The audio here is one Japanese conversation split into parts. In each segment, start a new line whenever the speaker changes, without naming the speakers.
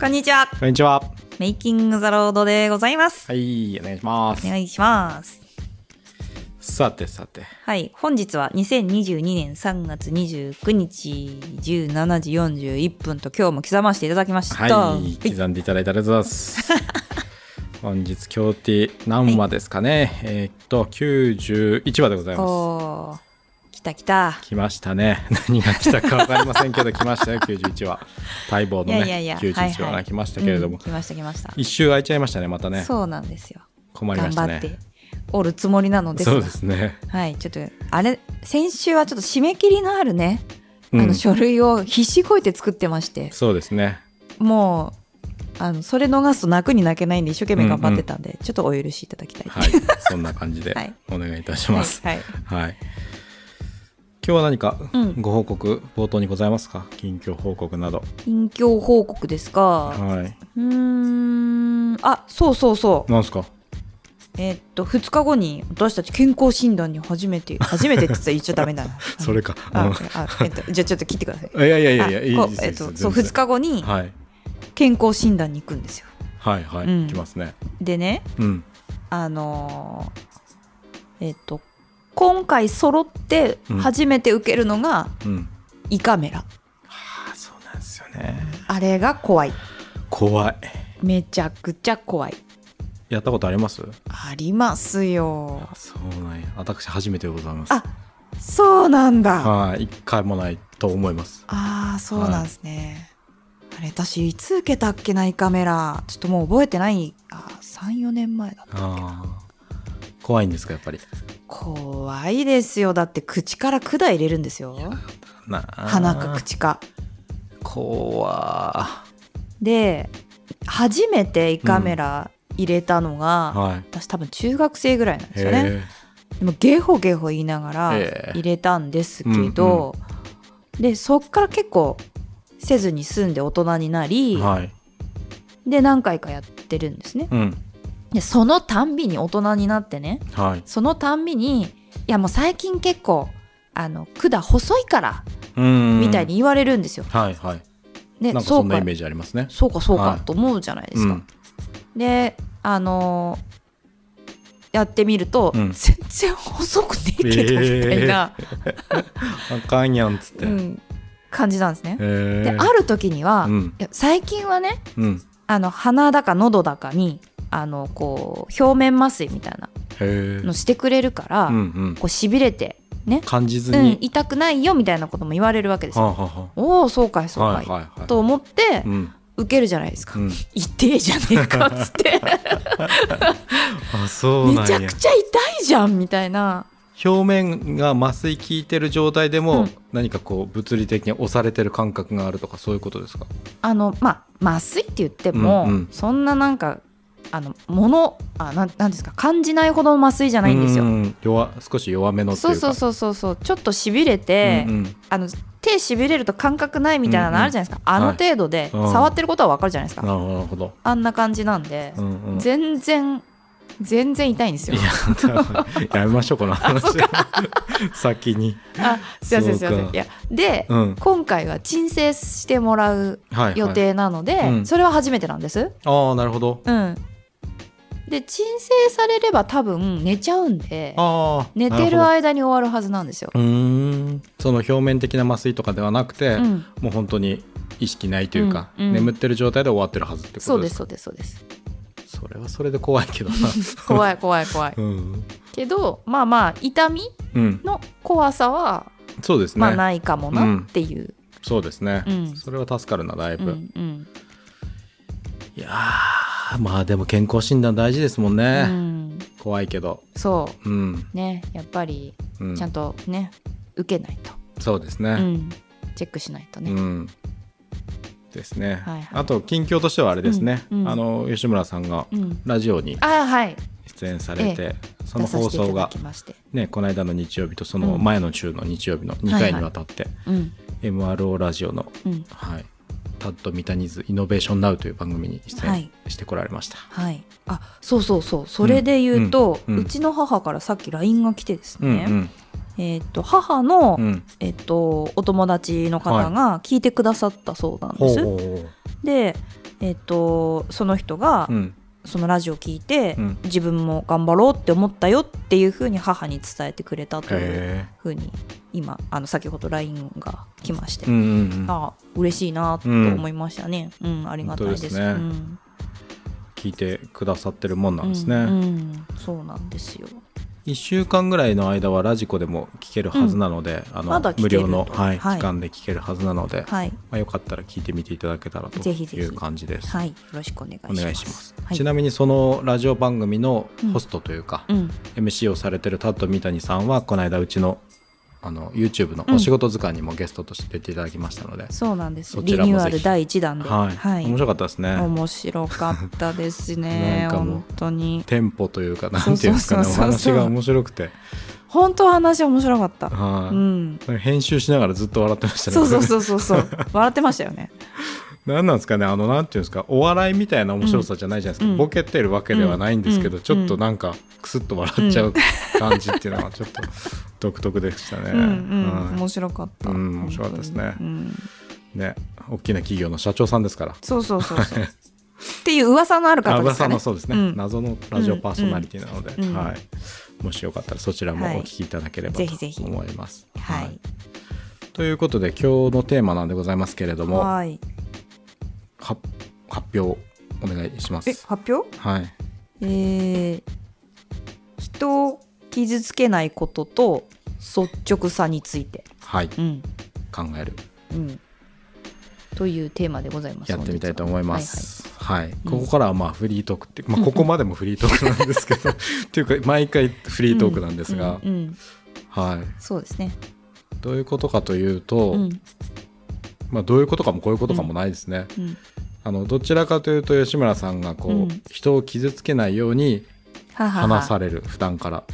こんにちは。
こんにちは。
メイキングザロードでございます。
はい、お願いします
お。願いします。
さてさて。
はい、本日は2022年3月29日17時41分と今日も刻ませていただきました。
はい、刻んでいただいてありがとうござい ます。本日、京ティ何話ですかね。えーっと、91話でございま
おー来た来た
す。。来ましたね。 何が来たか分かりません けど、来ましたよ、91話。待望の
い
ね、
やいやいやはい
91話
は
が
い
来ましたけれども。
うん来ました来ました。
一周空いちゃいましたね、またね。
そうなんですよ。
困りま
頑
した
張って
ね。
おるつもりなのです
そう
が
ですね。
はい、ちょっとあれ先週はちょっと締め切りのあるね、
う
あの
ん、
書類を必死こいて作ってまして、
そうですね。
もうあのそれ逃すと泣くに泣けないんで一生懸命頑張ってたんで、ちょっとお許しいただきたい。
はい、そんな感じで
はい
お願いいたします。
はい、はい
はい。今日は何か
うん
ご報告、冒頭にございますか近況報告など。
近況報告ですか。
はい。
うーん、あ、そうそうそう。
なんすか
えっと2日後に私たち健康診断に初 めて初めてって言ったら言っちゃダメだな。
それか。
あ。あ、えっと、じゃあちょっと切ってください。
うんいやいやいやいや、
あ
いい
こ
です
え
いい
っ
です
と
全
そう
然
2日後に
はい。
健康診断に行くんですよ。
はいはい、
うん
来ますね。
でね、
うん。
あのーえっと今回揃って初めて受けるのが
うん。
胃カメラ、
ああ、そうなんですよね。
あれが怖い
怖い。
めちゃくちゃ怖い
やったことあります
ありますよ
そうなんや。私、初めてでございます。
あそうなんだあ
はい。一回もないと思います。
あーそうなんですね、あれ私いつ受けたっけな胃カメラちょっともう覚えてないあ34年前だったっけな
ああ。怖いんですか、やっぱり。
怖いですよだって口から管入れるんですよ
な
鼻か。口か
怖
で初めて胃カメラ入れたのが、
ー。はい。
私多分中学生ぐらいなんですよね。
へ
でもゲホゲホ言いながら
ええ
入れたんですけど、でそっから結構せずに住んで大人にな
え。
り、
はい。
で何回かやってるんですね。
うん。
でそのたんびに大人になってね
はい。
そのたんびにいやもう最近結構あの管細いから
うん
みたいに。言われるんですよ。
はいはい。
で
なんか
そ
そ
うん
な
か
イメージありますね。
そうかそうか
はい
と思うじゃないです
う
か。
ん。
であのーやってみると、
うん
全然細くねえけどみたい な、
あかんやんっつって。
う
へ
ん、感じなんですね。
え
である時には、
う
い
ん
や最近はね
うん。
あの鼻だか喉だかにあのこう表面麻酔みたいな
へえ。
のしてくれるから、
うんうん。
こう痺れてね、
感じず
うん、
に。
痛くないよみたいなことも言われるわけです
は
よ。
あはあ
おおそうかいそう
は
か
あ
い、
はいはいはい。
と思って
うん
受けるじゃないですか。
うん。
痛えじゃねえかっつって
あ そう
め
なん
ちゃ
や
く。ちゃ痛いじゃんみたいな。
表面が麻酔効いてる状態で
う
も
ん
何かこう物理的に押されてる感覚があるとかそういうことですか。
あのまあ麻酔って言っても、
うんうん
そんななんかあのものあなんなんですか感じないほどの麻酔じゃないんですよ。
よ。弱少し弱めのってい
そうう
か。
そうそうそうそうちょっとしびれて、
うんうん
あの手しびれると感覚ないみたいなのあるじゃないですか、
うんうん
あの程度で、
はい
触ってることはわかるじゃないですか、
なるほどなるほど。
あんな感じなんで
う、んうん。
全然全然痛いんですよ
い。や やめましょうこの話 先に。
あすいませんすい
そう
ませ
か
んいやで、
うん
今回は鎮静してもらう
はいはい
予定なので、
うん
それは初めてなんです。
ああなるほど。
うん、で鎮静されれば多分寝ちゃうんで
ああ
寝てる
なほ
間に終わるはずなんですよ。
どうーんその表面的な麻酔とかではなくて、
うん、
もう本当に意識ないというか、
うんうん
眠ってる状態で終わってるはずってこ
そうで
とですす
そうですそう です。
そそれはそれで怖いけどな
怖い怖い怖い。
うん、
けどまあまあ痛み
うん、
の怖さは
そうですね、
まあないかもなっていう。
そうですね、
うん
それは助かるなだい
うん
ぶ、
うん
いやーまあでも健康診断大事ですもん
う
ね、
ん。
怖いけど
そ
うん、
うねやっぱり
うん、
ちゃんとね受けないと、
そうです
う
ね
ん、チェックしないと
うん、
ね。
です
は
ね、
いはい
あと近況としてはあれですね、
うんうん
あの吉村さんが
うん。
ラジオに
ああはい。
出演されて、そ
出
の
さ
放
せていた
送
だ
が
き、まして。
ね、この間の日曜日とその前の週の日曜日の2
はい
回
はい
にわたって、
うん。
MRO ラジオの、
うん。
はい、タッド・ミタニズ・イノベーション・ナウという番組に出
は
演
い
してこられました。
はい、あそうそうそうそれで言うと、う
うんうん
ちの母からさっき LINE が来てです
うん
ね、えー、と母の、
うんうん
えー、とお友達の方が聞いてくださったそうなん
ほ
で
う
す。
ほうほう
でえっとその人が
うん
そのラジオ聞いて、
うん
自分も頑張ろうって思ったよっていうふうに母に伝えてくれたという
へ
ふうに今あの先ほど LINE が来まして、
えうんうんうん
あ嬉しいなと思いましたね、うんありがたいです
本当ですね
うん
聞いてくださってるもんなんですね、
うんうんそうなんですよ
1週間ぐらいの間はラジコでも聞けるはずなので、あの
まだ聞け
無
る
料の、はい
はい
期間で聞けるはずなので、
はい
まあ、よかったら聞いてみていただけたらと
ぜひぜひ
いう感じです。
はいよろしくお願いし
お
ます
願いします、
はい、
ちなみにそのラジオ番組のホストというか、
うん、
MC をされてるタッド三谷さんはこの間うちのあの YouTube の「お仕事図鑑」にもゲストとして出ていただきましたので、
そうなんです
そ
リ
ち
ニ
らもぜひ
ューアル第一弾で
はい面白かったですね。
面白かったですね
なんかもう
本当に
テンポというかなんていうんですか
そうそ
ねお
うそうそ
話
う
が面白くて、
本当話面白かった、
はい
うん
なんか編集しながらずっと笑ってましたね。
そうそうそうそうそう笑ってましたよね
何なんですかねあのなんていうんですかお笑いみたいな面白さじゃないじゃないですか、
うん
ボケてるわけではないんですけど、
うん
ちょっとなんかクスッと笑っちゃう感じっていうのはちょっと独特でしたね。
うんうん
は
面白かった、
うん面白かったですね
本当にうん、
いね大きな企業の社長さんですから。
そうそうそうそう っていう噂のある
あ
方で
噂
すかね
のそうですね、
うん
謎のラジオパーソナリティなので、
うんうん
はい、もしよかったらそちらもお聞きいただければと
はいぜひぜひ
思います。
はい
ということで今日のテーマなんでございますけれどもは
はい
発表お願いしま
え
す。
発表
はい、
えー、人を傷つけないことと率直さについて、
はい、
うん
考える
うん、というテーマでございます
やってみたいと思います。はい、
うん
ここからはまあフリートークって、まあ、ここまでもフリートークなんです けどっていうか毎回フリートークなんですが、
うんうんうん
はい、
そうですね、
どういうことかというと、
うん
まあ、どういうことかもこういうことかもないですね。
うん、
あのどちらかというと吉村さんがこう、
うん
人を傷つけないように
ははは
話される普段から、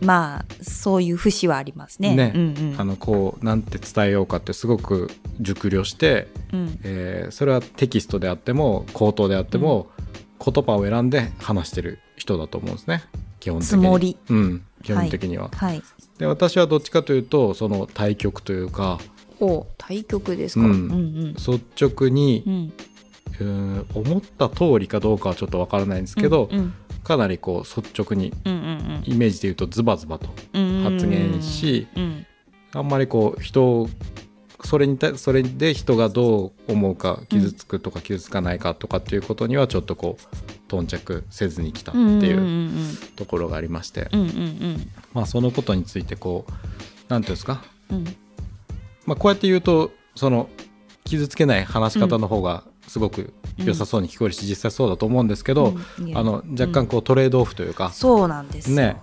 まあそういう節はありますね
ね
うんうん
あのこうなんて伝えようかってすごく熟慮して、
うん
えーそれはテキストであっても口頭であっても、言葉を選んで話してる人だと思うんですね基本的
つ
に。
もり
うん、基本的には、
はい
で私はどっちかというとその対局というか
お対局ですか、
う
うんん、うん
率直に
う、ん
うん思った通りかどうかはちょっとわからないんですけど、
うんうん
かなりこう率直に
うんうん
イメージで言うとズバズバと
うん
発言し、
うん
あんまりこう人をそれに対それで人がどう思うか傷つくとか傷つかないかとかっていうことにはちょっとこう頓着せずに来たって
うん、
い
うん
うところがありまして、
うんうんうん
まあそのことについてこう何ていうんですか
うんうん
まあ、こうやって言うとその傷つけない話し方の方がすごく良さそうに聞こえるし、実際そうだと思うんですけど、
うんいや
あの若干こうトレードオフというか、
そうなんですよ
ね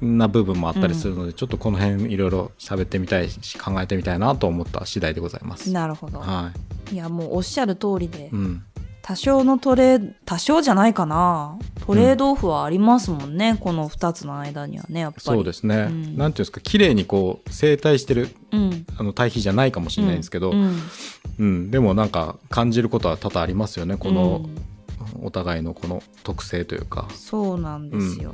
うん、
な部分もあったりするので、ちょっとこの辺いろいろ喋ってみたいし考えてみたいなと思った次第でございます。
なるほど
はい
やもうおっしゃる通りで、
い、うん、
多少のトレ多少じゃないかなトレードオフはありますもんね、この2つの間にはねやっぱり、
そうですすね、
うん
なんていうんですか綺麗にこう整体してる
うん、
あの対比じゃないかもしれないんですけど、
う
うん
ん
でもなんか感じることは多々ありますよねこ
う
の
ん
お互いのこの特性というか。
そうなんですよ、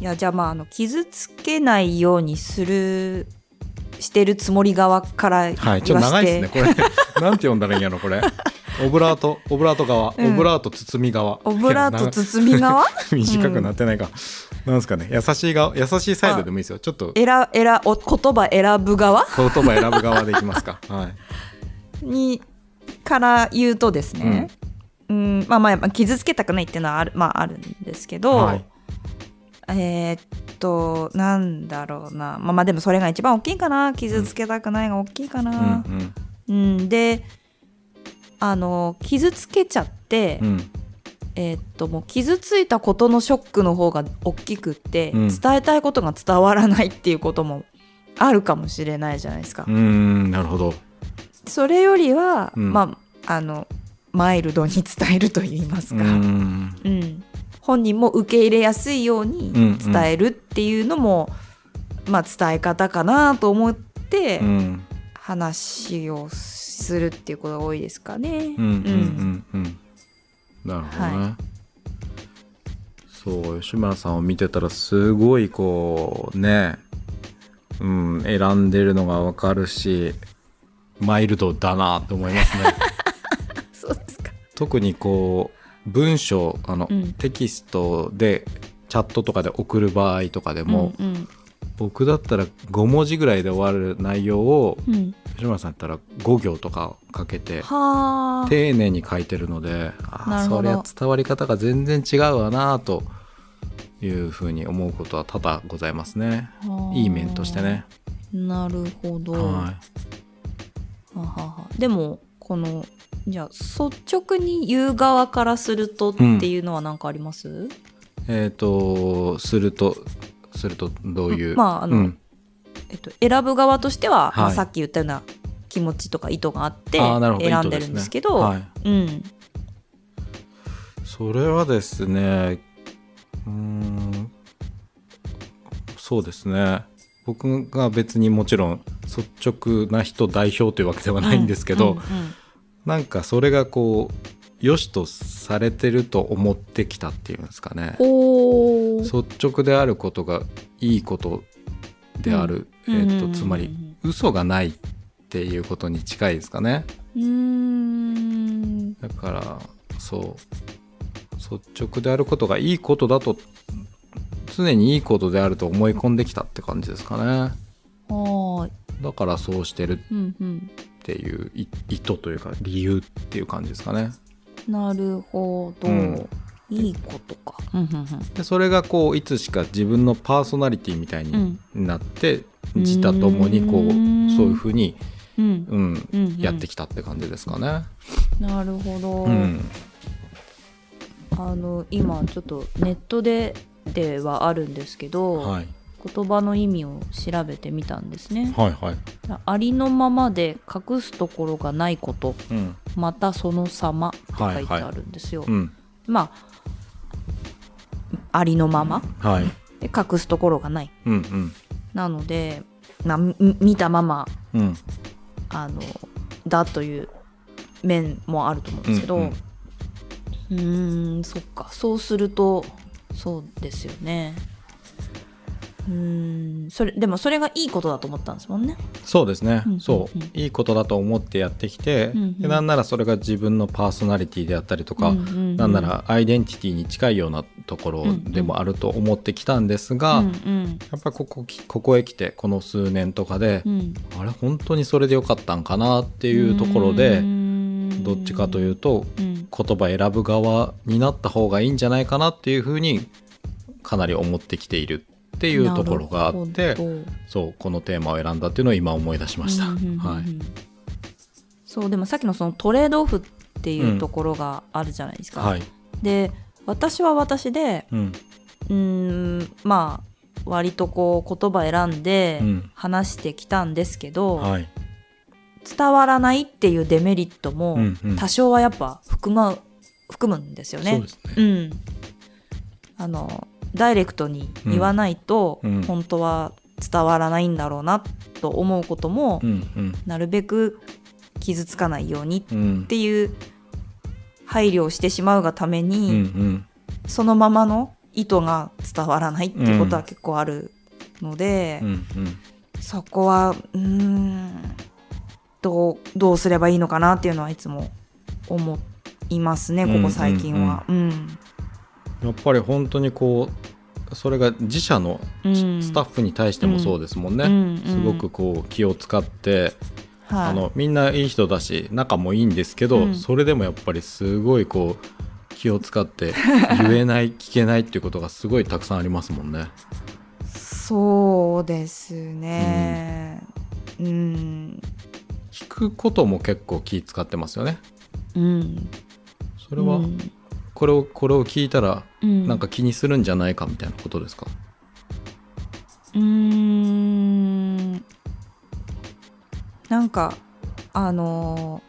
いやじゃあまああの傷つけないようにするしてるつもり側から言わして、
はい、ちょっと長いですね、これ。 なんて呼んだらいいんやろ、これ。オブラート、オブラート側、
うん
オブラート包み側。
オブラート
い
包み側
や長い短くなってないか。なんですかね、優しい側、優しいサイドでもいいですよ。ちょっと言
えらえらお言葉選ぶ側
葉選ぶ側でいきま すか。はい。
にから言うとですね、うんまあまあまあ傷つけたくないっていうのはある,、まあ、あるんですけど、
はい。
えーっとなんだろうなまあまあでもそれが一番大きいかな傷つけたくないが大きいか
う
な、
ん
うん、であの傷つけちゃって、
うん。うん。
えーっともう傷ついたことのショックの方が大きくって、
うん
伝えたいことが伝わらないっていうこともあるかもしれないじゃないですか。
うーん、なるほど。
それよりは、
うん
まああのマイルドに伝えると言います
う
か、
ーん。
うん本人も受け入れやすいように伝えるっていうのも、まあ、伝え方かなと思って
うん。
話をするっていうことが多いですかね。
うん。うん。うん。うん。なるほどね
は。
そう、吉村さんを見てたら、すごいこう、ね。うん、選んでるのがわかるし。マイルドだなと思いますね。
そう
特にこう文章あの、
うん
テキストでチャットとかで送る場合とかでも、
うんうん
僕だったら5文字ぐらいで終わる内容を
うん、
吉村さんだったら5行とかかけて
はあ
丁寧に書いてるのであ
な
あ
るほ
そり
ど
ゃ伝わり方が全然違うわなというふうに思うことは多々ございますねいい面としてね、
なるほど、
は
はははでもこのじゃあ率直に言う側からするとっていうのは何かあります、
い、えっ、とするとするとどういう、
うんまああの
うん
えっと、選ぶ側としては、
はい
まあ、さっき言ったような気持ちとか意図があって
あーなるほど
選んでるんですけど
意図ですねはい
うん
それはですねうーんそうですね僕が別にもちろん率直な人代表というわけではないんですけど、
うんうん
なんかそれがこう良しとされてると思ってきたっていうんですかね
ほー
率直であることがいいことである、
うん
えっ、
うんうんうんうん
とつまり嘘がないっていうことに近いですかね
うーん
だからそう率直であることがいいことだと常にいいことであると思い込んできたって感じですかね
はーい
だからそうしてる
うんうん
っていうい意図というか理由っていう感じですかね、
なるほど、
うん
いいことかうんうん
でそれがこういつしか自分のパーソナリティみたいになって、
うん
自他ともにこう
うん
そういうふうに、
うんうん
うん
うんうん
やってきたって感じですかね。
なるほど、
うん
あの今ちょっとネットでではあるんですけど、
はい、
言葉の意味を調べてみたんですね
はいはい
ありのままで隠すところがないこと
うん
またその様って書いてあるんですよ、
うん
まあありのまま
はい
で隠すところがない
うんうん
なので、まあ、み見たまま
うん
あのだという面もあると思うんですけど、
う
うん
うん
ーんそっかそうするとそうですよねうーんそれでもそれがいいことだと思ったんですもんね
そうですね、
うん
そう
うんうん
いいことだと思ってやってきて、
うんうん
でなんならそれが自分のパーソナリティであったりとか、
うんうんうん
なんならアイデンティティに近いようなところでもあると思ってきたんですが、
うんうん
やっぱここきここへ来てこの数年とかで
う、ん、っ
あれ本当にそれでよかったんかなって
て
いうところで、ど
ど
っちかといううと
ん、
言葉選ぶ側になった方がいいんじゃないかなっていうふうにかなり思ってきているっていうところがあっ
な
て
るほど
そうこのテーマを選んだっていうのを今思い出しました。
うんうんうんうん
はい
そうでもさっきのそのトレードオフっていうところがあるじゃないですか、
はい
で私は私で
うん
うーんまあ割とこう言葉選んで
うん
話してきたんですけど、
はい
伝わらないっていうデメリットも
うんうん
多少はやっぱ含,、まう含むんですよね。
そうです
う
ね。
ん、あのダイレクトに言わないと
うんうん
本当は伝わらないんだろうなと思うことも、
うんうん
なるべく傷つかないように
う
っ
ん
ていう配慮をしてしまうがため
う
に、
んうん
そのままの意図が伝わらないっていうことは結構あるので、
うんうん
そこはうーんどうどうすればいいのかなっていうのはいつも思いますねここ最近は。うん
やっぱり本当にこうそれが自社の
うん
スタッフに対してもそうですもんね。
うん
すごくこう気を使って
はい
あのみんないい人だし仲もいいんですけど、
うん
それでもやっぱりすごいこう気を使って 言えない聞けないっていうことがすごいたくさんありますもんね。
そうですね。うん、
聞くことも結構気使ってますよね。
うん、
それは、
うん
これをこれを聞いたら
うん、
なんか気にするんじゃないかみたいなことですか。
うーんなんかあの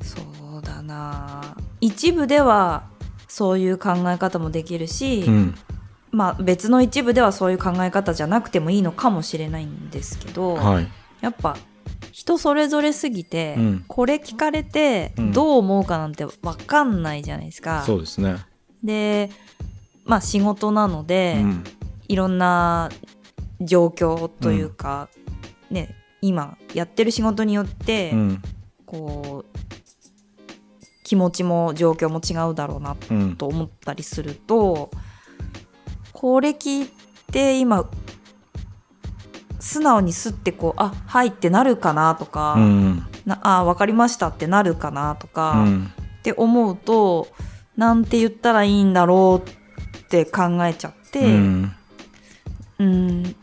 ーそうだな一部ではそういう考え方もできるし、
うん、
まあ別の一部ではそういう考え方じゃなくてもいいのかもしれないんですけど、
はい。
やっぱ人それぞれすぎて、
うん
これ聞かれて
うん
どう思うかなんて分かんないじゃないですか。
そうですね。
でまあ仕事なので、
うん
いろんな状況というか、ね今やってる仕事によって、
うん
こう気持ちも状況も違うだろうな
うん
と思ったりするとこれ聞いて今素直にすってこう「あはい」ってなるかなとか「
うん
なあ分かりました」ってなるかなと
う
か、
ん
って思うとなんて言ったらいいんだろうって考えちゃって、
う
うん、
ん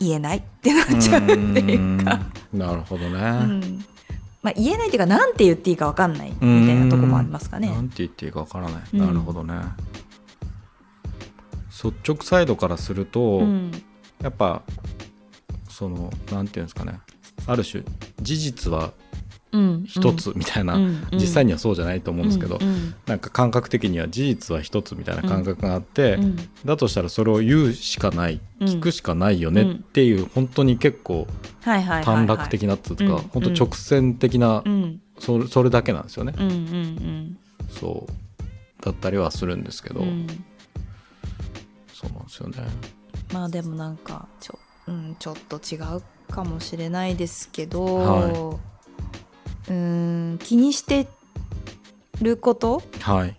言えないってなっちゃうっていうか。
うんなるほど
う
ね、
んまあ、言えないっていうかなんて言っていいか分かんないみたいなとこもありますか
な
ね。
んて言っていいかわからない、
うん
なるほどね率直サイドからすると、
うん
やっぱそのなんていうんですかねある種事実は
うん
一つみたいな、
うん
実際にはそうじゃないと思うんですけ
う
ど、
んうん
なんか感覚的には事実は一つみたいな感覚があって、
うん
だとしたらそれを言うしかない、
うん
聞くしかないよねっていう本当に結構
はいはいはいはい
短絡的なっていうか、
うん
本当直線的な、
うん
それそれだけなんですよね、
うんうん
そうだったりはするんですけ
うん
ど、
うん
そうなんですよね。
まあでもなんかちょ,、うん、ちょっと違うかもしれないですけど、
は
うーん気にしてること
はい、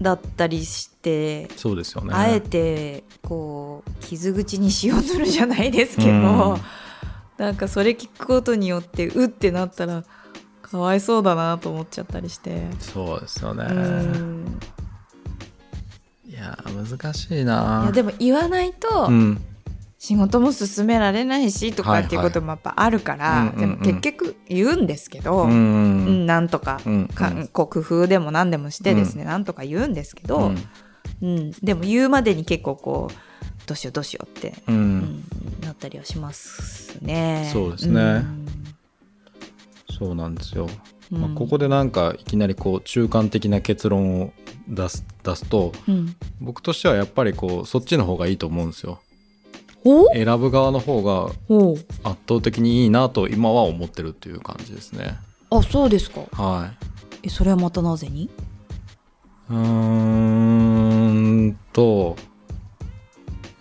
だったりして、
そうですよね。
あえてこう傷口に塩塗るじゃないですけど、
うん
なんかそれ聞くことによってうってなったらかわいそうだなと思っちゃったりして。
そうですよ
う
ね。
ん
いやー難しい
い
な
や。でも言わないと
うん、
仕事も進められないしと
は
か
いはい
っていうこともやっぱあるから、で
うんうんうん
も結局言うんですけど、
う
うん
ん、
なんとか,、
うん、
かこう工夫でも何でもしてですね、なんとか言うんですけど、うんでも言うまでに結構こうどうしようどうしようって
うん、うん、
うんなったりはしますね。
そうですね
ん
そうなんですよ。
うん
まあ、ここでなんかいきなりこう中間的な結論を出す出すと
うん
僕としてはやっぱりこうそっちの方がいいと思うんですよ
ほう
選ぶ側の方が
ほ
圧倒的にいいなと今は思ってるっていう感じですね
うあそうですか
は
えそれはまたなぜに
いうーんと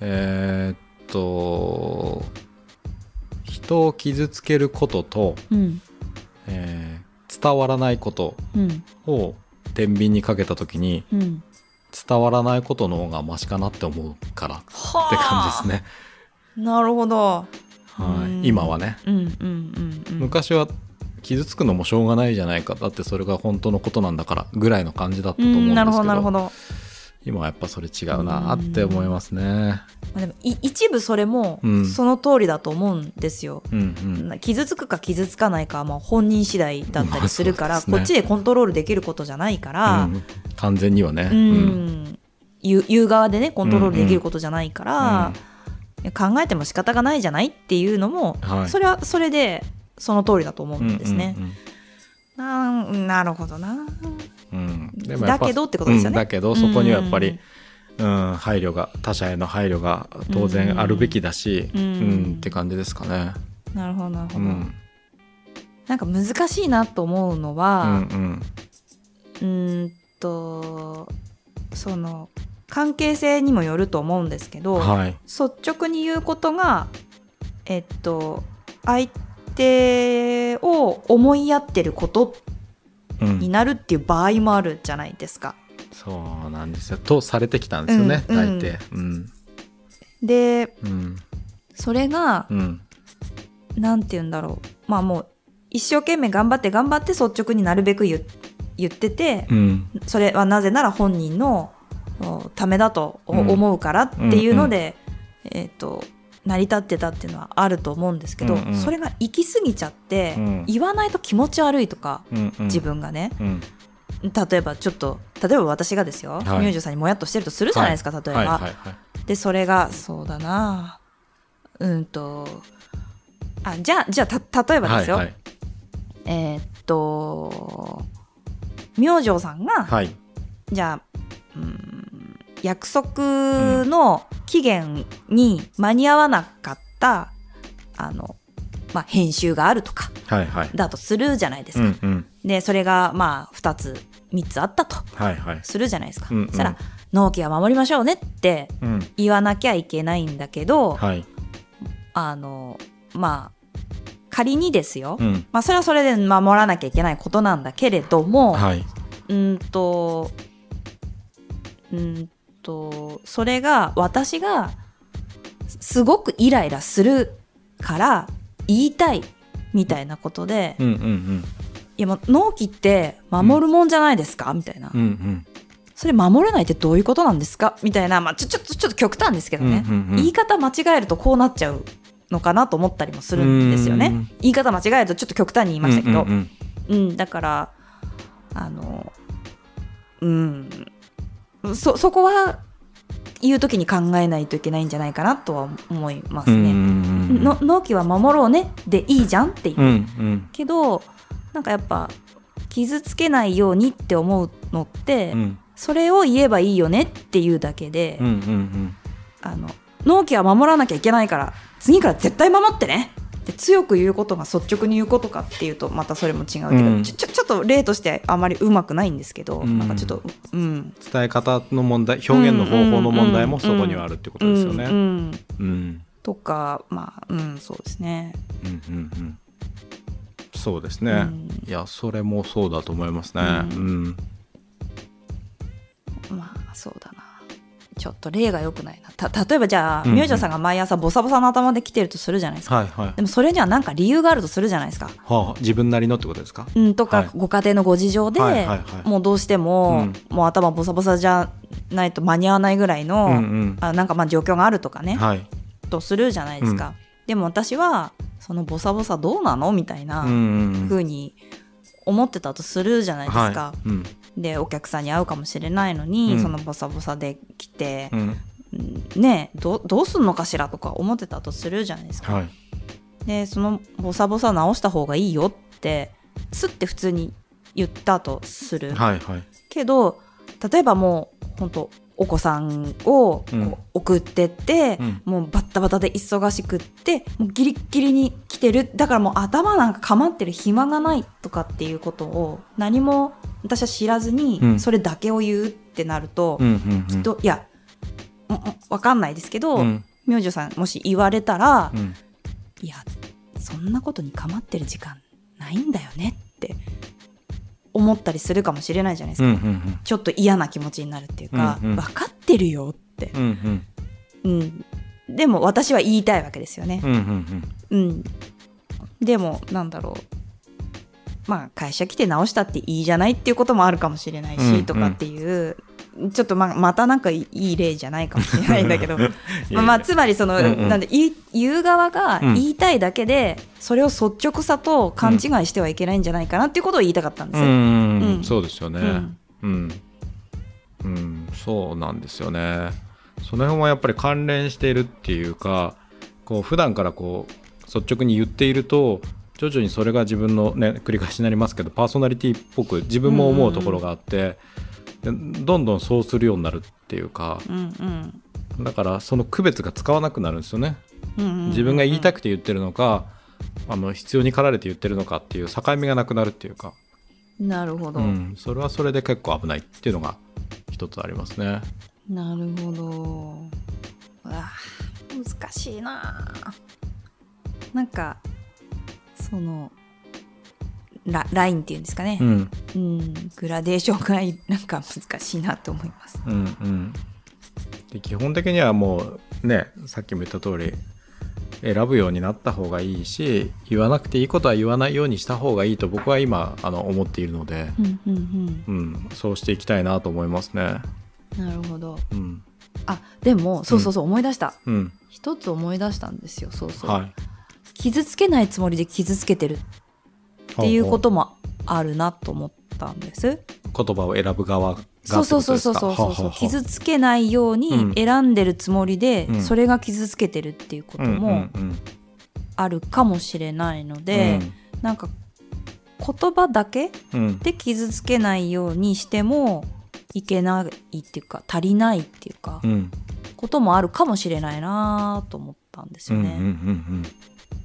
えーっと人を傷つけることと、
うん
えー伝わらないこと
うん
を天秤にかけた時に
うん
伝わらないことの方がマシかなって思うからって
は
感じですね。
ねなるほど
は
うん
い、今はね、
うんうんうんうん
昔は傷つくのもしょうがないじゃないかだってそれが本当のことなんだからぐらいの感じだった
う
と思うんで
ん
すけ
な
ど,、
るほどなるほど、ま
今はやっぱそれ違うなって思いますね。
あ、でもい一部それも
うん
その通りだと思うんですよ、
うんうん
な傷つくか傷つかないかはまあ本人次第だったりするから、
まあそうですね
こっちでコントロールできることじゃないから、
うん完全にはね、
う
うん
ん、言う言う側でねコントロールできることじゃないから、いや考えても仕方がないじゃないっていうのも、
はい
それはそれでその通りだと思う
うん
んですね。
うん
なんなるほどな。
うんうんでもや
だ
っぱ
けどってことですよ
うん
ね。
だけどそこにはやっぱり、うん配慮が他者への配慮が当然あるべきだし、
うん
うんって感じですかね。
うんなるほどなるほ
う
ど、
ん
なんか難しいなと思うの
う
は
ん、うん
うーんとその関係性にもよると思うんですけど、
はい
率直に言うことがえっと相手を思いやってること
うん
になるっていう場合もあるじゃないですか。
そうなんですよ。とされてきたんですよね、
うんうん
大抵。うん。
で
うん。
それが
うん。
何て言うんだろうまあもう一生懸命頑張って頑張って率直になるべく言言ってて
うん。
それはなぜなら本人のおためだとお
うん
思うからっていうので、えっと成り立ってたっていうのはあると思うんですけど、
うんうん
それが行き過ぎちゃって、
うん
言わないと気持ち悪いとか
うん。
自。分がね、
うん。
例えばちょっと例えば私がですよ、
い
ミュージュさんにもやっとしてるとするじゃないですか、例えば、
はいはいはい。
でそれがそうだなうんとあじゃあじゃあた例えばですよ、
はい
えーっと明星さんが、
はい。
じゃあうん約束の期限に間に合わなかった、あのまあ、編集があるとか
はいはい。
だとするじゃないです
う
か、
んうん。
でそれがまあ2つ3つあったと
はいはい。
するじゃないですか、
うんうん
そしたら「納期は守りましょうね」って
うん。
言わなきゃいけないんだけど、
はい。
あのまあ仮にですよ、
うん。
まあ、それはそれで守らなきゃいけないことなんだけれども、
はい。
うんとうんとそれが私がすごくイライラするから言いたいみたいなことで、
うんうん
いやま納期って守るもんじゃないですか、みたいな、
うんうん
それ守れないってどういうことなんですかみたいな、まあ、ちょちょちょっと極端ですけ
う
ど
ん
ね、
うんうん
言い方間違えるとこうなっちゃうのかなと思ったりもするんですよ
う
ね
ん
言い方間違えるとちょっと極端に言いましたけど、
うんうん
うん、だからあのうんそそこは言う時に考えないといけないんじゃないかなとは思います
うんうん
ね。
うんうん
の納期は守ろうねでいいじゃんっていう、
うんうん
けどなんかやっぱ傷つけないようにって思うのって、
うん
それを言えばいいよねっていうだけで、
うんうん
あの納期は守らなきゃいけないから次から絶対守ってねって強く言うことが率直に言うことかっていうとまたそれも違うけど、
うん
ちょちょちょっと例としてあまりうまくないんですけど、
うん
なんかちょっとうん
伝え方の問題表現の方法の問題もそこにはあるってことですよね。
う
う
う
ん
んん
うん
とかまあうんそうですね。
うんうんそうです
う
ね。
ん
いやそれもそうだと思いますね。
う
うん
まあそうだなちょっと例が良くないなた例えばじゃあ
うんうん
明星さんが毎朝ボサボサの頭で来てるとするじゃないですか、
はいはい
で。もそれには何か理由があるとするじゃないですか。
はあ自分なりのってことですか。
うん、とか、
はい
ご家庭のご事情で、
はいはいはい
もうどうしても、もう頭ボサボサじゃないと間に合わないぐらいの、
うんうん
あなんかまあ状況があるとかね、
はい。
とするじゃないですか、でも私はそのボサボサどうなのみたい
うん
な
うんうん
風に思ってたとするじゃないですか、
はい。うん
でお客さんに会うかもしれないのに、
うん
そのボサボサで来て
う、ん
うんねえどどうすんのかしらとか思ってたとするじゃないですか、
はい。
でそのボサボサ直した方がいいよってすって普通に言ったとする、
はいはい。
けど例えばもう本当お子さんをこう
うん
送ってって、
うん
もうバッタバタで忙しくってもうギリッギリに来てるだからもう頭なんか構ってる暇がないとかっていうことを何も私は知らずに、
うん
それだけを言うってなると、
うんうんうん。
きっといやうんうんわかんないですけど、
うん
明星さんもし言われたら
う、ん
いやそんなことに構ってる時間ないんだよねって思ったりするかもしれないじゃないです
う
か、
んうん
ちょっと嫌な気持ちになるっていうか、
うんうん
分かってるよって、
うんうん
うん、でも私は言いたいわけですよね
う、んうんうん
うん、でもなんだろうまあ会社来て直したっていいじゃないっていうこともあるかもしれないし、
うんうん
とかっていうちょっとままたなんかいい例じゃないかもしれないんだけど
い
ま
や
あ
い
まあ
や
つまりその、
うんうん
なんで言い言う側が
うん
言いたいだけで、それを率直さと勘違いしてはいけないんじゃないかなっていうことを言いたかったんです
う
よ。
ん
うん
そうですよね
うん
うん、うん、そうなんですよねその辺はやっぱり関連しているっていうかこう普段からこう率直に言っていると徐々にそれが自分のね繰り返しになりますけどパーソナリティっぽく自分も思うところがあって、でどんどんそうするようになるっていうか
うんうん
だからその区別が使わなくなるんですよね
うんうんうん
自分が言いたくて言ってるのか、あの必要に駆られて言ってるのかっていう境目がなくなるっていうか、
なるほど、
うん、それはそれで結構危ないっていうのが一つありますね。
なるほど。うわ難しいな。なんかそのララインっていうんですかね
う。ん、
うん、グラデーションがいなんか難しいなと思います。
うん、うんで基本的にはもうねさっきも言った通り選ぶようになった方がいいし言わなくていいことは言わないようにした方がいいと僕は今あの思っているので、
うんうん
うん、そうしていきたいなと思いますね。
うん。なるほど。
うん、
あでもそうそうそう思い出した。
うん、
一つ思い出したんですよ。そうそう。
はい。
傷つけないつもりで傷つけてるっていうこともあるなと思ったんです。
言葉を選ぶ側がって
そうそう
こと
そう
です
そう
か
そうそう
ははは
傷つけないよう
う
に
ん
選んでるつもりで、
うん
それが傷つけてるっていうことも
うんうんうん
あるかもしれないので、なんか言葉だけ
うんうん
で傷つけないようにしてもいけないっていうか足りないっていうか、
うん
こともあるかもしれないなと思ったんです
うんう
よ
ん
ね。
うん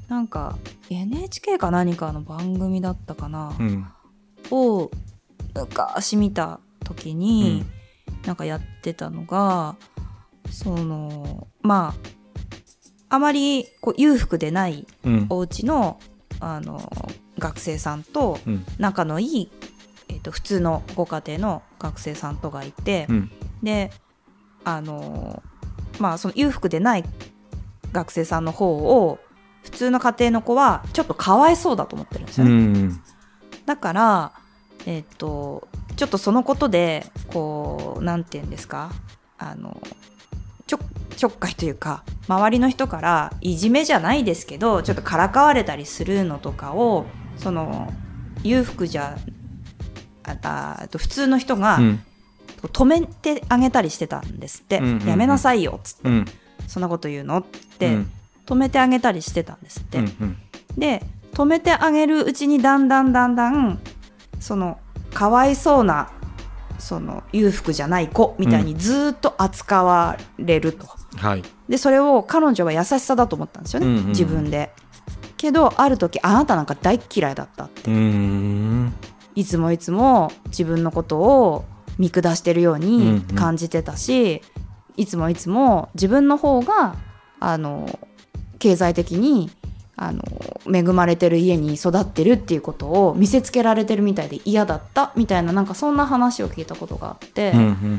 なんか NHK か何かの番組だったかな、
うんうん
を昔見た時に、なんかやってたのがそのまああまりこう裕福でない
うん
お家のあの学生さんと
うん
仲のいい、えっーと普通のご家庭の学生さんとかいて、
うん
であのーまあその裕福でない学生さんの方を普通の家庭の子はちょっとかわいそうだと思ってるんです
う
よね、
ん
だからえっ、とちょっとそのことでこうなんて言うんですかあのちょちょっかいというか周りの人からいじめじゃないですけどちょっとからかわれたりするのとかをその裕福じゃあああと普通の人が
うん
止めてあげたりしてたんですって「
うんうんうん
やめなさいよ」っつって
うん
「そんなこと言うの?」っ
う
て
ん
止めてあげたりしてたんですって。
うんうん
で止めてあげるうちにだんだんだんだんそのかわいそうなその裕福じゃない子みたいにずーっと扱われると、
はい
でそれを彼女は優しさだと思ったんですよね、
うんうん
自分でけどある時あなたなんか大っ嫌いだった
うーん
いつもいつも自分のことを見下してるように感じてたし、いつもいつも自分の方があの経済的にあの恵まれてる家に育ってるっていうことを見せつけられてるみたいで嫌だったみたいななんかそんな話を聞いたことがあって
う、ん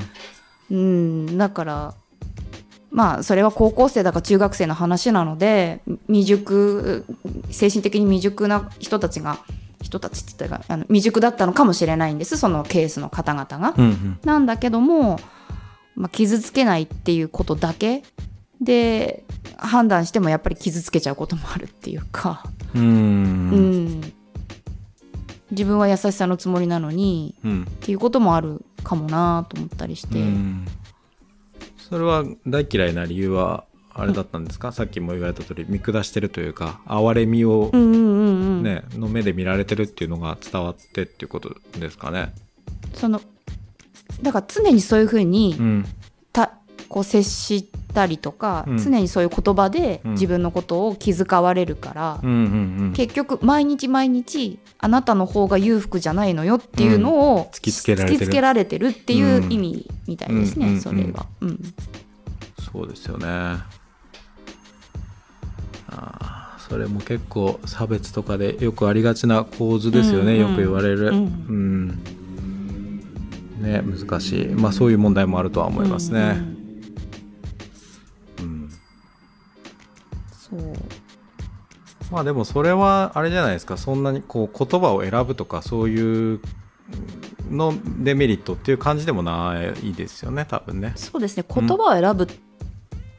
うん、だからまあそれは高校生だか中学生の話なので未熟精神的に未熟な人たちが人たちって言ったらあの未熟だったのかもしれないんですそのケースの方々が。
うんうん
なんだけども、まあ、傷つけないっていうことだけで判断してもやっぱり傷つけちゃうこともあるっていうか、
うーん
う
うん
ん、自分は優しさのつもりなのに
うん
っていうこともあるかもなと思ったりして。
うんそれは大嫌いな理由はあれだったんですか、さっきも言われた通り見下してるというか哀れみを
うんうんうんうん
ね、の目で見られてるっていうのが伝わってっていうことですかね。
そのだから常にそういうふうに、
うん
たこう接したりとか、
うん
常にそういう言葉で
うん
自分のことを気遣われるから、
うんうん
結局毎日毎日あなたの方が裕福じゃないのよっていうのを、
突きつけられてる
突きつけられてるっていう
うん
意味みたいですね、
うんうんうん
それは。うん
そうですよね。ああそれも結構差別とかでよくありがちな構図ですよね、
うんうん
よく言われる。
う
うんんね難しいまあそういう問題もあるとは思いますね。うん
うんうんそう
まあでもそれはあれじゃないですかそんなにこう言葉を選ぶとかそういうのデメリットっていう感じでもないですよね多分ね。
そうですね言葉を選ぶ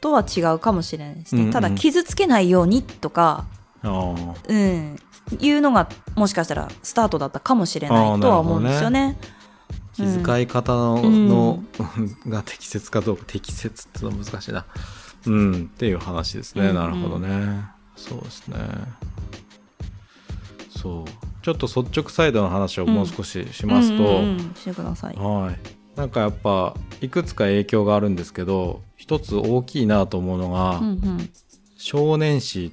とは違うかもしれないですね、
うんうん
ただ傷つけないようにとか、
ああ
うん、いうのがもしかしたらスタートだったかもしれないとは思うんですよね。
気遣い方の,、
うん
のが適切かどうか適切っていうのは難しいな、うん、っていう話ですね、
うんうん
なるほどねそうですねそうちょっと率直サイドの話をもう少ししますと、
うんうんうんしてください。
はいなんかやっぱいくつか影響があるんですけど一つ大きいなと思うのが、
うんうん
少年誌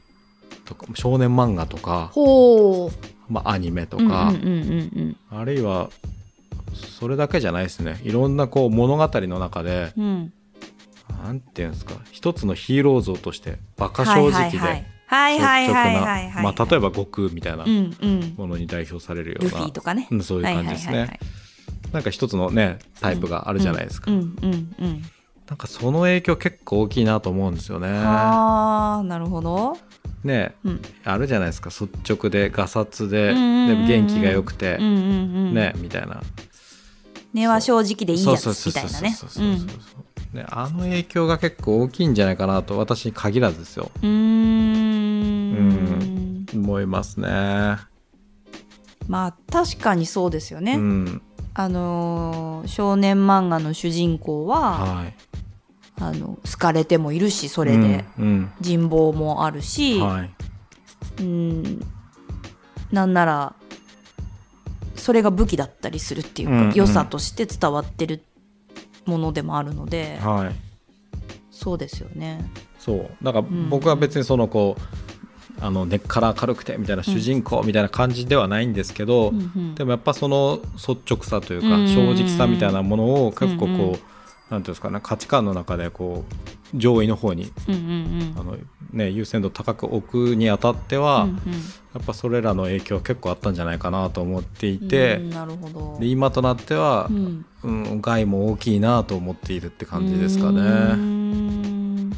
とか少年漫画とか、
ほう
まあ、アニメと
と
か、
うんうんうん
あるいはそれだけじゃないですねいろんなこう物語の中で
うんうん、
なんていうんですか一つのヒーロー像としてバカ正直で率直
はいはいはいはいはいはい
なまあ例えば悟空みたいな
うん
も
うん、
のに代表されるよう
ルフ
な
ィとかね。
うんそういう感じです
はいはい
ねなんか一つのねタイプがあるじゃないですか
うんうんうん。
なんかその影響結構大きいなと思うんですよね
ああなるほど。
ね
うん
あるじゃないですか率直でガサツで
う
で
んうんうんうん
も元気が良くて
うんうんうん。
ね。みたいな
根は正直でいい
そう
や
そう
つ
そう
み
そ
た
う
いなね
そうそう。そうねあの影響が結構大きいんじゃないかなと私に限らずですよ
うん。うーん。
思いますね。
まあ確かにそうですよね。
うん、
あのー少年漫画の主人公は
はい。
あの好かれてもいるしそ
こ
れで、
うん、
人望もある
う
し、
ん、はい。
うんなんならそれが武器だったりするっていうか、
うんうん
良さとして伝わってるものでもあるので、
はい。
そうですよね。
そう、だから
ん
僕は別にそのこう。あの根っから明るくてみたいな主人公みたいな感じではないんですけど、
うんうん
でもやっぱその率直さという
うんうんう
か
ん
正直さみたいなものを結構こう、
うんうん
なんていうんですかね価値観の中でこう上位の方に
うんうん
あの、ね、優先度高く置くにあたっては、
うんうん
やっぱそれらの影響は結構あったんじゃないかなと思ってい
うん
て、
なるほど
で今となっては
う、ん
うん害も大きいなと思っているって感じですか
うー
ね。
ん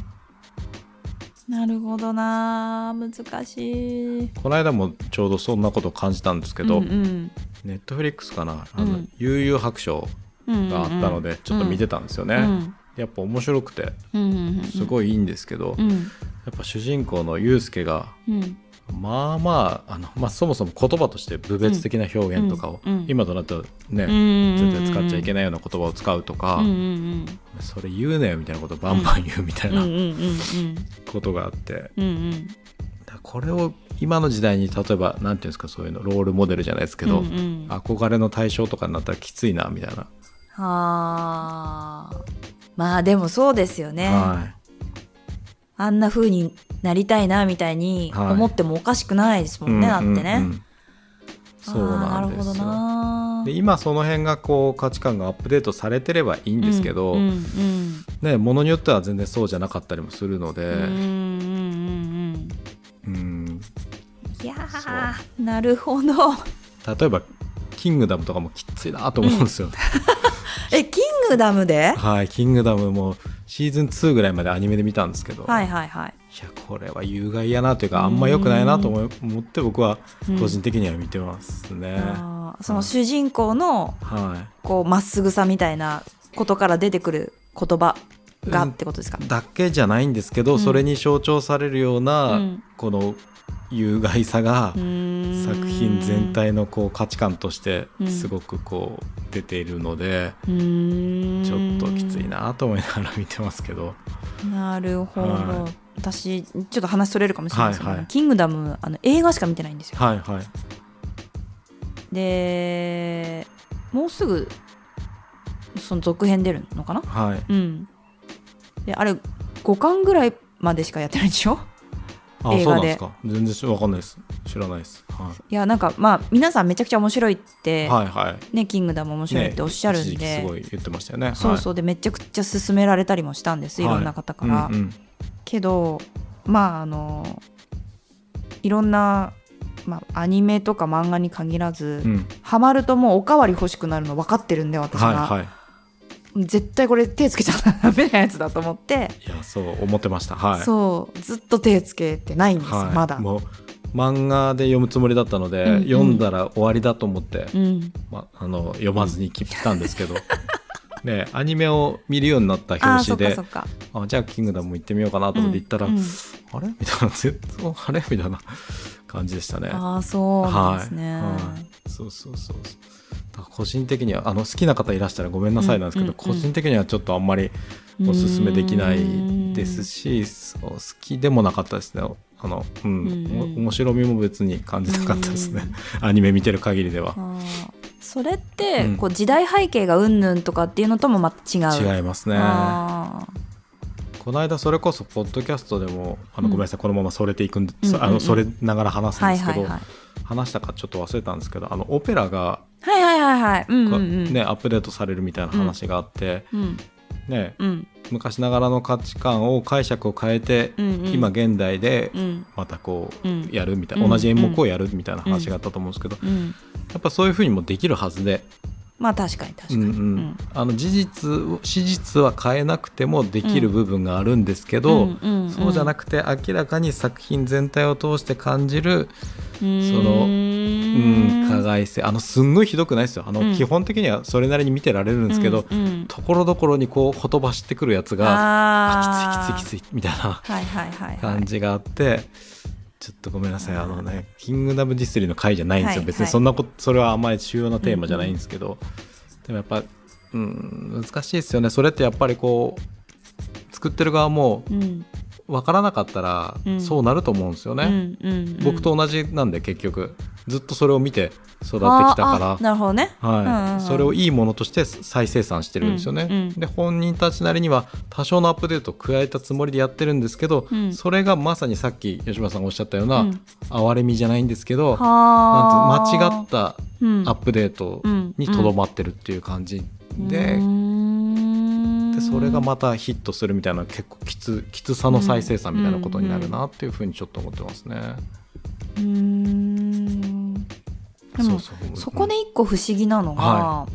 なるほどな難しい
この間もちょうどそんなことを感じたんですけど、
うんうん
ネットフリックスかなあの、
うん
悠々白書
うんうん
があったのでちょっと見てたんですよね、
うん
やっぱ面白くて
うんうんうん
すごいいいんですけど、
う
や
ん
っぱ主人公のユうスケが
うん
まあまああの、まあ、そもそも言葉として部別的な表現とかを、
うんうん
今となってはね、
絶
絶対使っちゃいけないような言葉を使うとか、
うんうん
それ言うなよみたいなことバンバン言うみた
う
い
んうんう
なん
うん
ことがあって、
うんうん
だからこれを今の時代に例えば何ていうんですかそういうのロールモデルじゃないですけど、
うんうん
憧れの対象とかになったらきついなみたいな、
はあまあでもそうですよね、
はい
あんな風になりたいなみたいに
はい
思ってもおかしくないですもんね、だってね、
うんうんうんそうなんです
あーなるほど
よ
な
で今その辺がこう価値観がアップデートされてればいいんですけど、
うんうんうん
ね、ものによっては全然そうじゃなかったりもするの
うんうん
で、
うん
うん
うんいやーなるほど
例えば「キングダム」とかもきついなと思うんですよ、ね
えキングダムで
はい「キングダム」もシーズン2ぐらいまでアニメで見たんですけど、、
はいいはいはい
やこれは有害やなというかあんま良くないなと思い思って僕は
うん
個人的には見てますね。
あーその主人公の
は
こうまっすぐさみたいなことから出てくる言葉が
うん
ってことですか、
い、だけじゃないんですけど、
うん
それに象徴されるような、
うん
この有害さが、作
作
品全体のこう価値観として
うん
すごくこう出ているので、
ち
ちょ
ょ
っときついなと思いながら見てますけど、
なるほど、
は
私ちょっと話それるかもしれないですけど、
はいはい
キングダムあの映画しか見てないんですよ
はいはい
でもうすぐその続編出るのかな
はい
うんであれ5巻ぐらいまでしかやってないでしょ
あ
映
そ
画
うなん
で
ですか全然しわかんないです知らないです、はい
やなんかまあ皆さんめちゃくちゃ面白いって、
い、はいはい
ね、キングダム面白いっておっしゃるんで、
ね一時期すごい言ってましたよね
そうそうでめちゃくちゃ勧められたりもしたんです、
はい
い、ろんな方から、
うんうん
けどまああのいろんな、まあ、アニメとか漫画に限らず、
うん
ハマるともうおかわり欲しくなるの分かってるんで私が、
はいはい
絶対これ手つけちゃダメなやつだと思って、
いやそう思ってましたはい
そうずっと手つけてないんです、
はい
まだ。
もう漫画で読むつもりだったので、
うんうん
読んだら終わりだと思って、
うん、
ま、あの読まずに切ったんで すけどねアニメを見るようになった
あー
表
そっ
紙
か
で
そっか。
あじゃあキングダムも行ってみようかなと思って行ったら、
うんうん
あれみたいな全然あれみたいな感じでしたね。
ああそうなんですね。
はい、そうそうそうそうだから個人的にはあの好きな方いらしたらごめんなさいなんですけ
う
ど、
んうんうん
個人的にはちょっとあんまりおすすめできないですしそう好きでもなかったですねあの、うん
うん
お面白みも別に感じなかったですねアニメ見てる限りでは
う。ん。あーそれって、
うん
こう時代背景がうんぬんとかっていうのともまた違う。
違いますね
あー
この間それこそポッドキャストでもあの
うん
ごめんなさい、このままそれていくんで、
うんうんうん
あのそれながら話すん
は
で
い
すけ
は
ど、
いはい。
話したかちょっと忘れたんですけどあのオペラが
はいはいはいはい。うんうんうん。
ね、アップデートされるみたいな話があって、
うん
ね、
うん
昔ながらの価値観を解釈を変えて、
うんうん
今現代で
うん
またこ
うん
うやるみたい
うん
な同じ演目をやるみたいな話があったと思うんですけど、
うん。
やっぱそういうふうにもできるはずで、
まあ確かに確か
うん
に。
うんあの事実を史実は変えなくてもできる部分があるんですけど、そうじゃな
く
くて明らかに作品全体を通して感じる、
そ
のうん、加害性あのすんごいひどくないですよあの、
うん
基本的にはそれなりに見てられるんですけど、ところどころにこうほとばしってくるやつがあきついきついきついみたいな
はいはいはいはい。
感じがあってちょっとごめんなさい
あー
あのね「キングダムディスリー」の回じゃないんですよ、
はい
別
は
に
い
そんなことそれはあんまり主要なテーマじゃないんですけど、でもやっぱ、うん、難しいですよねそれってやっぱりこう作ってる側も
うん
分からなかったら
うん
そうなると思うんですよね。
うんうんうん
僕と同じなんで結局ずっとそれを見て育ってきた
あ
か
あなるほどね。
ら、はい
うんうんうん
それをいいものとして再生産してるんですよね。
うんうん
で本人たちなりには多少のアップデートを加えたつもりでやってるんですけど、
うん
それがまさにさっき吉村さんがおっしゃったような、
うん
哀れみじゃないんですけどなん
は
と
ー
間違った
うん
アップデートにとどまってるっていう感じで、
うーんうん
でそれがまたヒットするみたいな結構きつきつさの再生産みたいなことになるなっていうふうにちょっと思ってますね。
うーんでも
そうそう
そこで一個不思議なのが、
は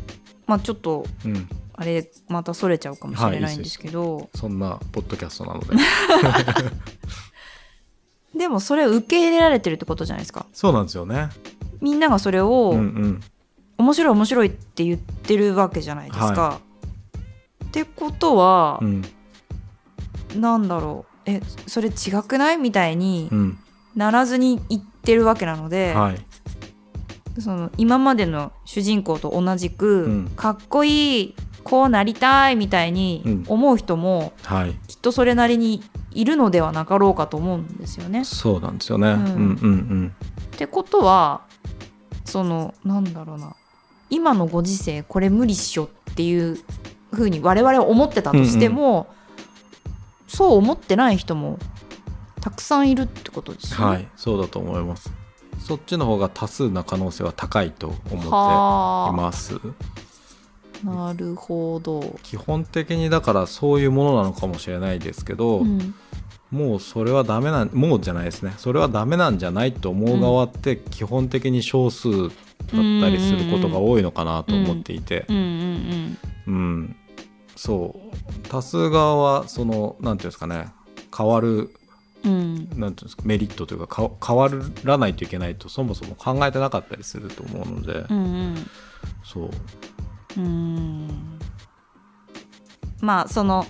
まあちょっと
うんうん
あれまたそれちゃうかもしれ
は
ない
いい
ん
い
で
です
すけど、
そんなポッドキャスト なので
でもそれを受け入れられてるってことじゃないですか
そうなんですよね。
みんながそれを、
うんうん、
面白い面白いって言ってるわけじゃないですか。ってことは
う、ん
なんだろうえそれ違くないみたいに
うん
ならずに言ってるわけなので、
はい
その今までの主人公と同じく、
うん
かっこいいこうなりたいみたいに思う人も、
はい、
きっとそれなりにいるのではなかろうかと思うんですよね。
そうなんですよね。うんんうん
ってことはそのなんだろうな今のご時世これ無理っしょっていうふうに我々は思ってたとしても、そう思ってない人もたくさんいるってことです
うん、
よね。
はい、そうだと思います。そっちの方が多数な可能性は高いと思ってい
は
ます。
あなるほど。
基本的にだからそういうものなのかもしれないですけど、
うん
もうそれはダメなんもうじゃないですねそれはダメなんじゃないと思う側って基本的に少数だったりすることが多いのかなと思っていて、
うんうん
うんそう多数側はそのなんていうんですかね変わる
うんうん
なんていうんですかメリットというかか変わらないといけないとそもそも考えてなかったりすると思うので、
うん
そう
うんうんまあその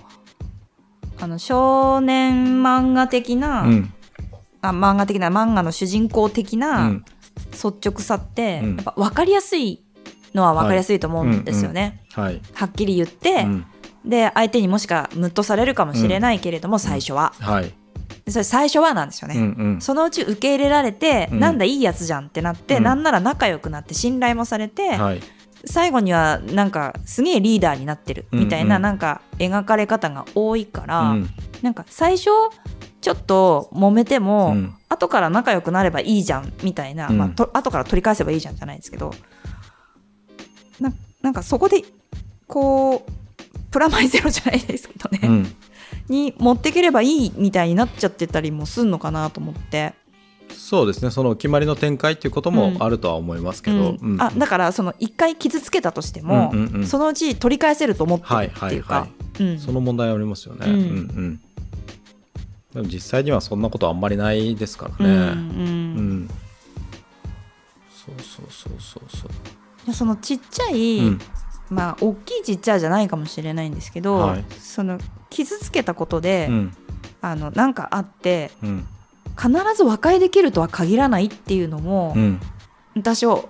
あの少年漫画的な、
うん
あ漫画的な漫画の主人公的
う
な、
ん
率直さって、
うん
やっぱ分かりやすいのは分かりやすいと思うんですよね。は
はい、
っきり言って、
うん
で相手にもしかムッとされるかもしれないけれども、最初は
はい、
それ最初はなんですよ
うん
ね、
うん
そのうち受け入れられて、
うん
なんだいいやつじゃんってなって、
うん
なんなら仲良くなって信頼もされて、
はい
最後にはなんかすげえリーダーになってるみたいな、
うんうん
なんか描かれ方が多いから、
うん
なんか最初ちょっと揉めても、
うん
後から仲良くなればいいじゃんみたいな、
うん
まあ、と後から取り返せばいいじゃんじゃないですけどななんかそこでこうプラマイゼロじゃないですけどね、
うん
に持ってければいいみたいになっちゃってたりもすんのかなと思って、
そうですねその決まりの展開っていうこともあるとは思いますけど、
うんあだからその一回傷つけたとしても、
うんうんうん
そのうち取り返せると思って
は
る
い
っ
は
てい
いう
か
は。
うん
いその問題はありますよね、
う
うんんうんでも実際にはそんなことあんまりないですか
う
ら
ん
ね
うん
うん、そうそうそうそうそ
い
う
やそのちっちゃい、
うん
まあ大きいちっちゃいじゃないかもしれないんですけど、
はい
その傷つけたことで、
うん
あのなんかあって
うん
必ず和解できるとは限らないっていうのも、
うん
私は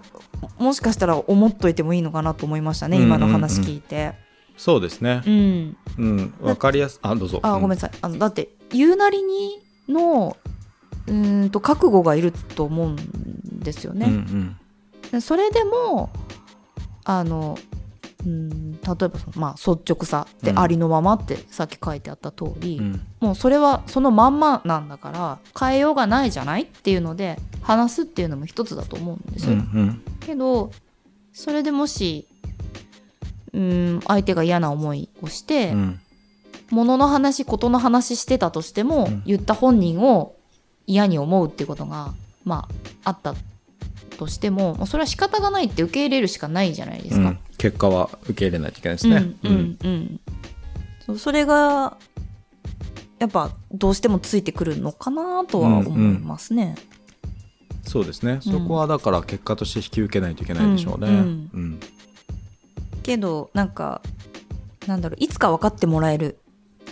もしかしたら思っといてもいいのかなと思いましたね、
うんうんうん
今の話聞いて。
そうですね
うん
うんわかりやすあどうぞ
あごめんなさ
さ
いあのだって言うなりにのうーんと覚悟がいると思うんですよね。
うんうん
でそれでもあのうん例えばその、まあ、率直さって
うん
ありのままってさっき書いてあった通り、
うん
もうそれはそのまんまなんだから変えようがないじゃないっていうので話すっていうのも一つだと思うんです
う
よ。
ん
けどそれでもしうん相手が嫌な思いをして、
うんうん
物の話事の話してたとしても、
うん
言った本人を嫌に思うっていうことがまああったとしてもまあそれは仕方がないって受け入れるしかないじゃないで
う
すか。
ん結果は受け入れないといけないですね
うんうんうんそうそれがやっぱどうしてもついてくるのかなとは思いますね。
そうですね
うん
そこはだから結果として引き受けないといけないでしょうね
うん
うん
けどなんかなんだろういつか分かってもらえる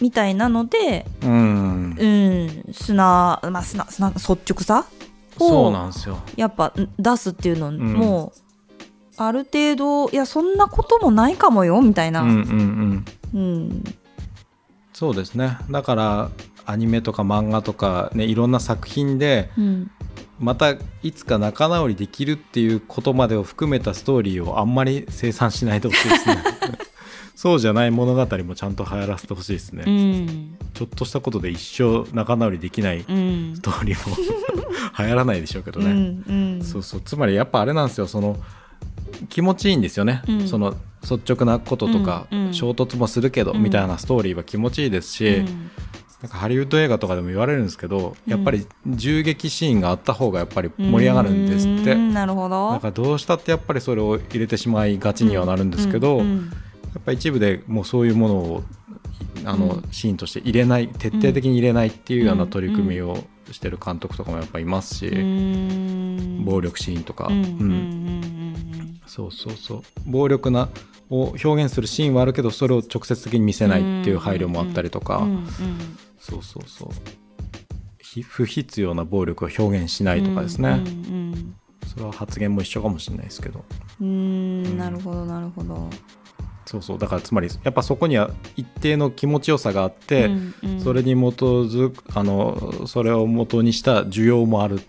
みたいなので
うん
うん素直まあ素直素直率直さを
そうなんですよ
やっぱん出すっていうのも、ある程度いやそんなこともないかもよみたいな、
うんうんうん
うん
そうですねだからアニメとか漫画とか、ね、いろんな作品で
うん
またいつか仲直りできるっていうことまでを含めたストーリーをあんまり生産しないでほしいで すねそうじゃない物語もちゃんと流行らせてほしいですね、
うん
ちょっとしたことで一生仲直りできないス
うん
トーリー も流行らないでしょうけどね、
うんうん
そうそうつまりやっぱあれなんですよその気持ちいいんですよね、
うん
その率直なこととか、
うんうん
衝突もするけど、
うん
みたいなストーリーは気持ちいいですし、
うん
なんかハリウッド映画とかでも言われるんですけど、
うん
やっぱり銃撃シーンがあった方がやっぱり盛り上がるんですって、
うんなるほ
なん
ど
かどうしたってやっぱりそれを入れてしまいがちにはなるんですけど、
うんう
や
ん
っぱ一部でもうそういうものをあの、
うん
シーンとして入れない徹底的に入れないっていうよう
う
なん取り組みをしてる監督とかもやっぱいますし、
うん
暴力シーンとか、
うんうん
うん
うん
そうそうそう暴力なを表現するシーンはあるけどそれを直接的に見せないっていう配慮もあったりとか、
うんうん
そうそうそうひ不必要な暴力を表現しないとかですね、
うんうん
それは発言も一緒かもしれないですけど
うんうーんなるほどなるほど
そうそうだからつまりやっぱそこには一定の気持ちよさがあって、
うんうん
それに基づくあのそれを元にした需要もある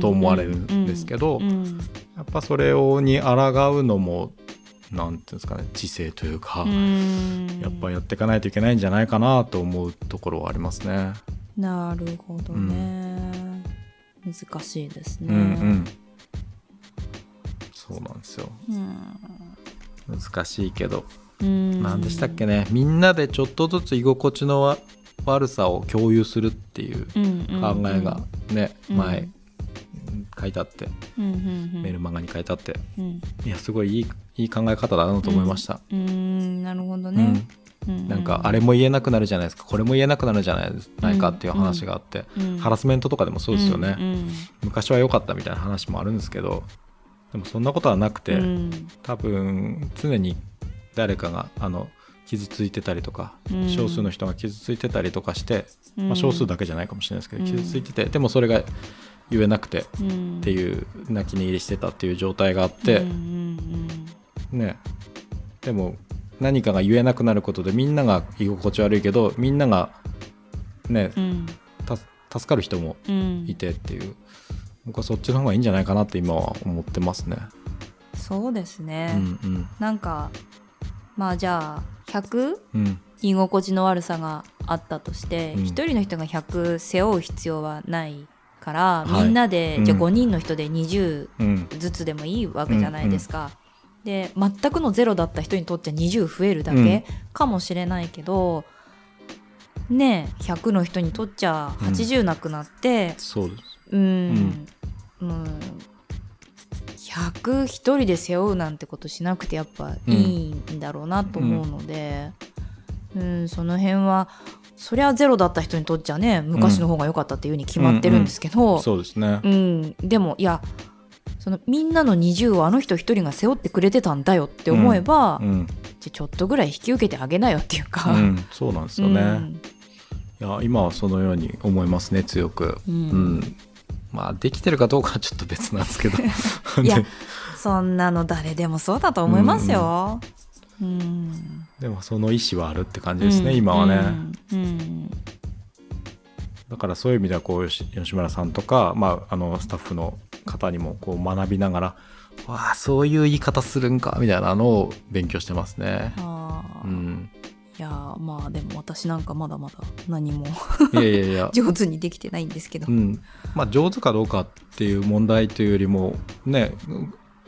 と思われるんですけど
うんうん
やっぱそれをに抗うのもなんていうんですかね知性というか、
うん
やっぱやっていかないといけないんじゃないかなと思うところはありますね。
なるほどね、難しいです
う
ね、
んうん、そうなんですよ
うん
難しいけど
うん
何でしたっけねみんなでちょっとずつ居心地のわ悪さを共有するっていう
うんうんう
考
ん
えがね、
うん
前書いてあって、
うんうんうん
メールマガに書いてあって
うん
いやすごいいいいい考え方だなと思いました、
うんうんなるほど
う
ね
ん、
うう
なんかあれも言えなくなるじゃないですかこれも言えなくなるじゃないないかっていう話があって、
うん
ハラスメントとかでもそうですよね、
うんうん
昔は良かったみたいな話もあるんですけどでもそんなことはなくて、
うん
多分常に誰かがあの傷ついてたりとか、
うん
少数の人が傷ついてたりとかして、
うん
まあ、少数だけじゃないかもしれないですけど、
うん
傷ついててでもそれが言えなくてっ
うん、
ていう泣き寝入りしてたっていう状態があって、
うんうん
ねでも何かが言えなくなることでみんなが居心地悪いけどみんながね
うんうん
た助かる人も
うん
いてっていう僕はそっちの方がいいんじゃないかなって今は思ってますね。
そうです
う
ね、
んうん
なんかまあじゃあ100
うん
居心地の悪さがあったとして、
うん
一人の人が100背負う必要はないから、
はい
みんなで、
うん
じゃあ5人の人で20
うん
ずつでもいいわけじゃないですか。で全くのゼロだった人にとっては20増えるだ
うん
けかもしれないけど、ねえ100の人にとっちゃ80なくなって
そうです
うん、うん100一人で背負うなんてことしなくてやっぱいいんだろうなと思うので、うんその辺はそりゃゼロだった人にとっちゃね昔の方が良かったっていうに決まってるんですけど、
そうですね
う。ん、でもいやそのみんなの20をあの人一人が背負ってくれてたんだよって思えば、
うん、
じゃあちょっとぐらい引き受けてあげなよっていう
う
か。
ん、そうなんですよね。
うん
いや今はそのように思いますね強く。
う
うんん、まあできてるかどうかはちょっと別なんですけど。
いや
で
そんなの誰でもそうだと思いますよ。うん、
でもその意思はあるって感じですね、
うん
今はね、
うん
だからそういう意味ではこう吉吉村さんとか、まあ、あのスタッフの方にもこう学びながら「わあそういう言い方するんか」みたいなのを勉強してますね。
あー
うん、
いやーまあでも私なんかまだまだ何も
いやいやいや
上手にできてないんですけど
う。ん、まあ上手かどうかっていう問題というよりもね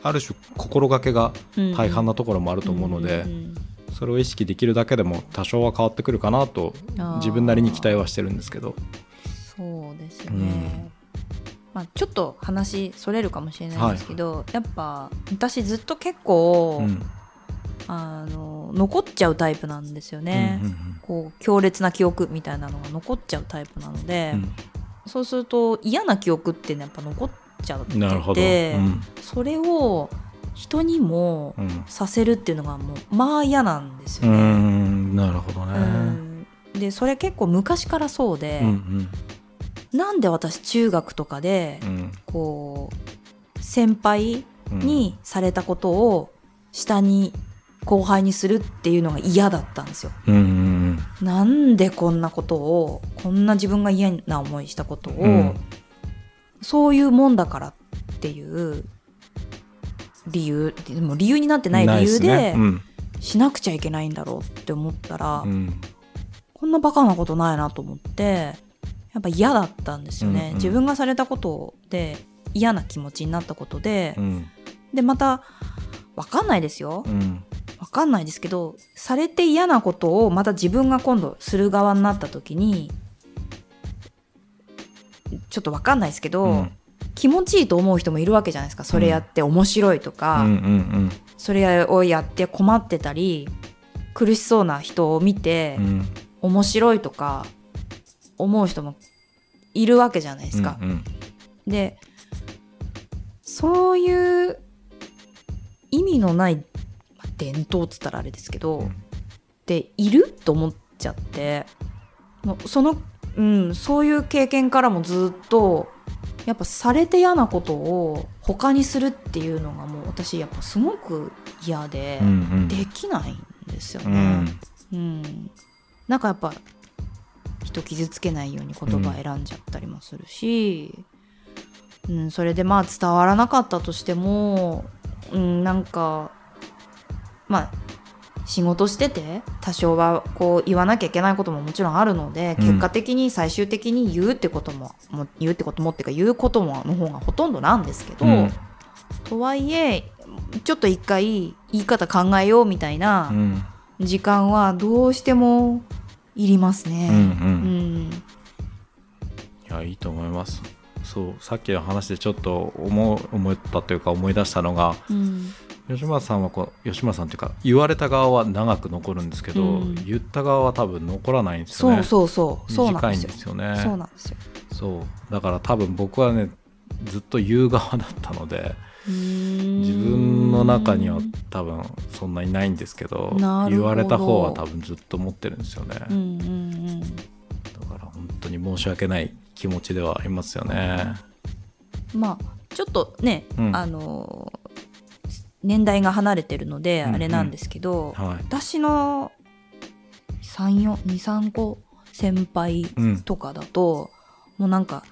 ある種心がけが大半なところもあると思うので、
んん
それを意識できるだけでも多少は変わってくるかなと
あー
自分なりに期待はしてるんですけど
そうですね、まあ、ちょっと話それるかもしれないんですけど、やっぱ私ずっと結構、
うん
あの残っちゃうタイプなんですよね、
うん
こう強烈な記憶みたいなのが残っちゃうタイプなので、
うん
そうすると嫌な記憶ってねやっぱ残っちゃっ
うんなるほ
て
ど、う
て、
ん
それを人にも
うん
させるっていうのがもうまあ嫌なんです
う
よね。
んなるほど
う
ね、
んでそれ結構昔からそうで、
うん
なんで私中学とかで
うんうん
こう先輩
うん
にされたことを下に後輩にするっていうのが嫌だったんですよ。
うんうん
なんでこんなことをこんな自分が嫌な思いしたことを、
うん
そういうもんだからっていう理由でも理由になって
うん
ない理由で
なっすねうん
しなくちゃいけないんだろうって思ったら、
うん
こんなバカなことないなと思ってやっぱ嫌だったんですよね、
うんうん
自分がされたことで嫌な気持ちになったことで
う、ん
でまたわかんないですよ
うん
わかんないですけどされて嫌なことをまた自分が今度する側になった時にちょっとわかんないですけど、
うん
気持ちいいと思う人もいるわけじゃないですかそれやって面白いと
う
か、
んうん
それをやって困ってたり苦しそうな人を見て
うんうん
面白いとか思う人もいるわけじゃないですか。
うんうん
でそういう意味のないまあ伝統っつったらあれですけど、
うん
でいると思っちゃってもうその、うん、そういう経験からもずっとやっぱされて嫌なことを他にするっていうのがもう私やっぱすごく嫌で、
うんうん
できないんですよ
う
ね。
ん
うんなんかやっぱ人傷つけないように言葉選んじゃったりもするし、うんそれでまあ伝わらなかったとしても、うん、なんかまあ仕事してて多少はこう言わなきゃいけないことももちろんあるので、
うん
結果的に最終的に言うってこともも言うってこともっていうか言うこともの方がほとんどなんですけど、
うん
とはいえちょっと一回言い方考えようみたいな。
うん
時間はどうしてもいります
うんう
ね。うんん、
いやいいと思いますそうさっきの話でちょっと思う思ったというか思い出したのが
うん、
吉村さんはこう吉村さんというか言われた側は長く残るんですけど、
うん
言った側は多分残らないんです
そ
よ
う
ね
そうそう、そうなん
短
で
いん
すよ
で。すよね
そうなんですよ。
そうだから多分僕はねずっと言う側だったので
自
自分の中には多分そんなにないんですけど
なる
言
ほど
われた方は多分ずっと持ってるんですよね、
うんうんうん、
だから本当に申し訳ない気持ちではありますよね
まあちょっとね、
うん
あの年代が離れてるので
うんうん
あれなんですけど、
はい
私の三四二三個先輩
うん
とかだともうなんか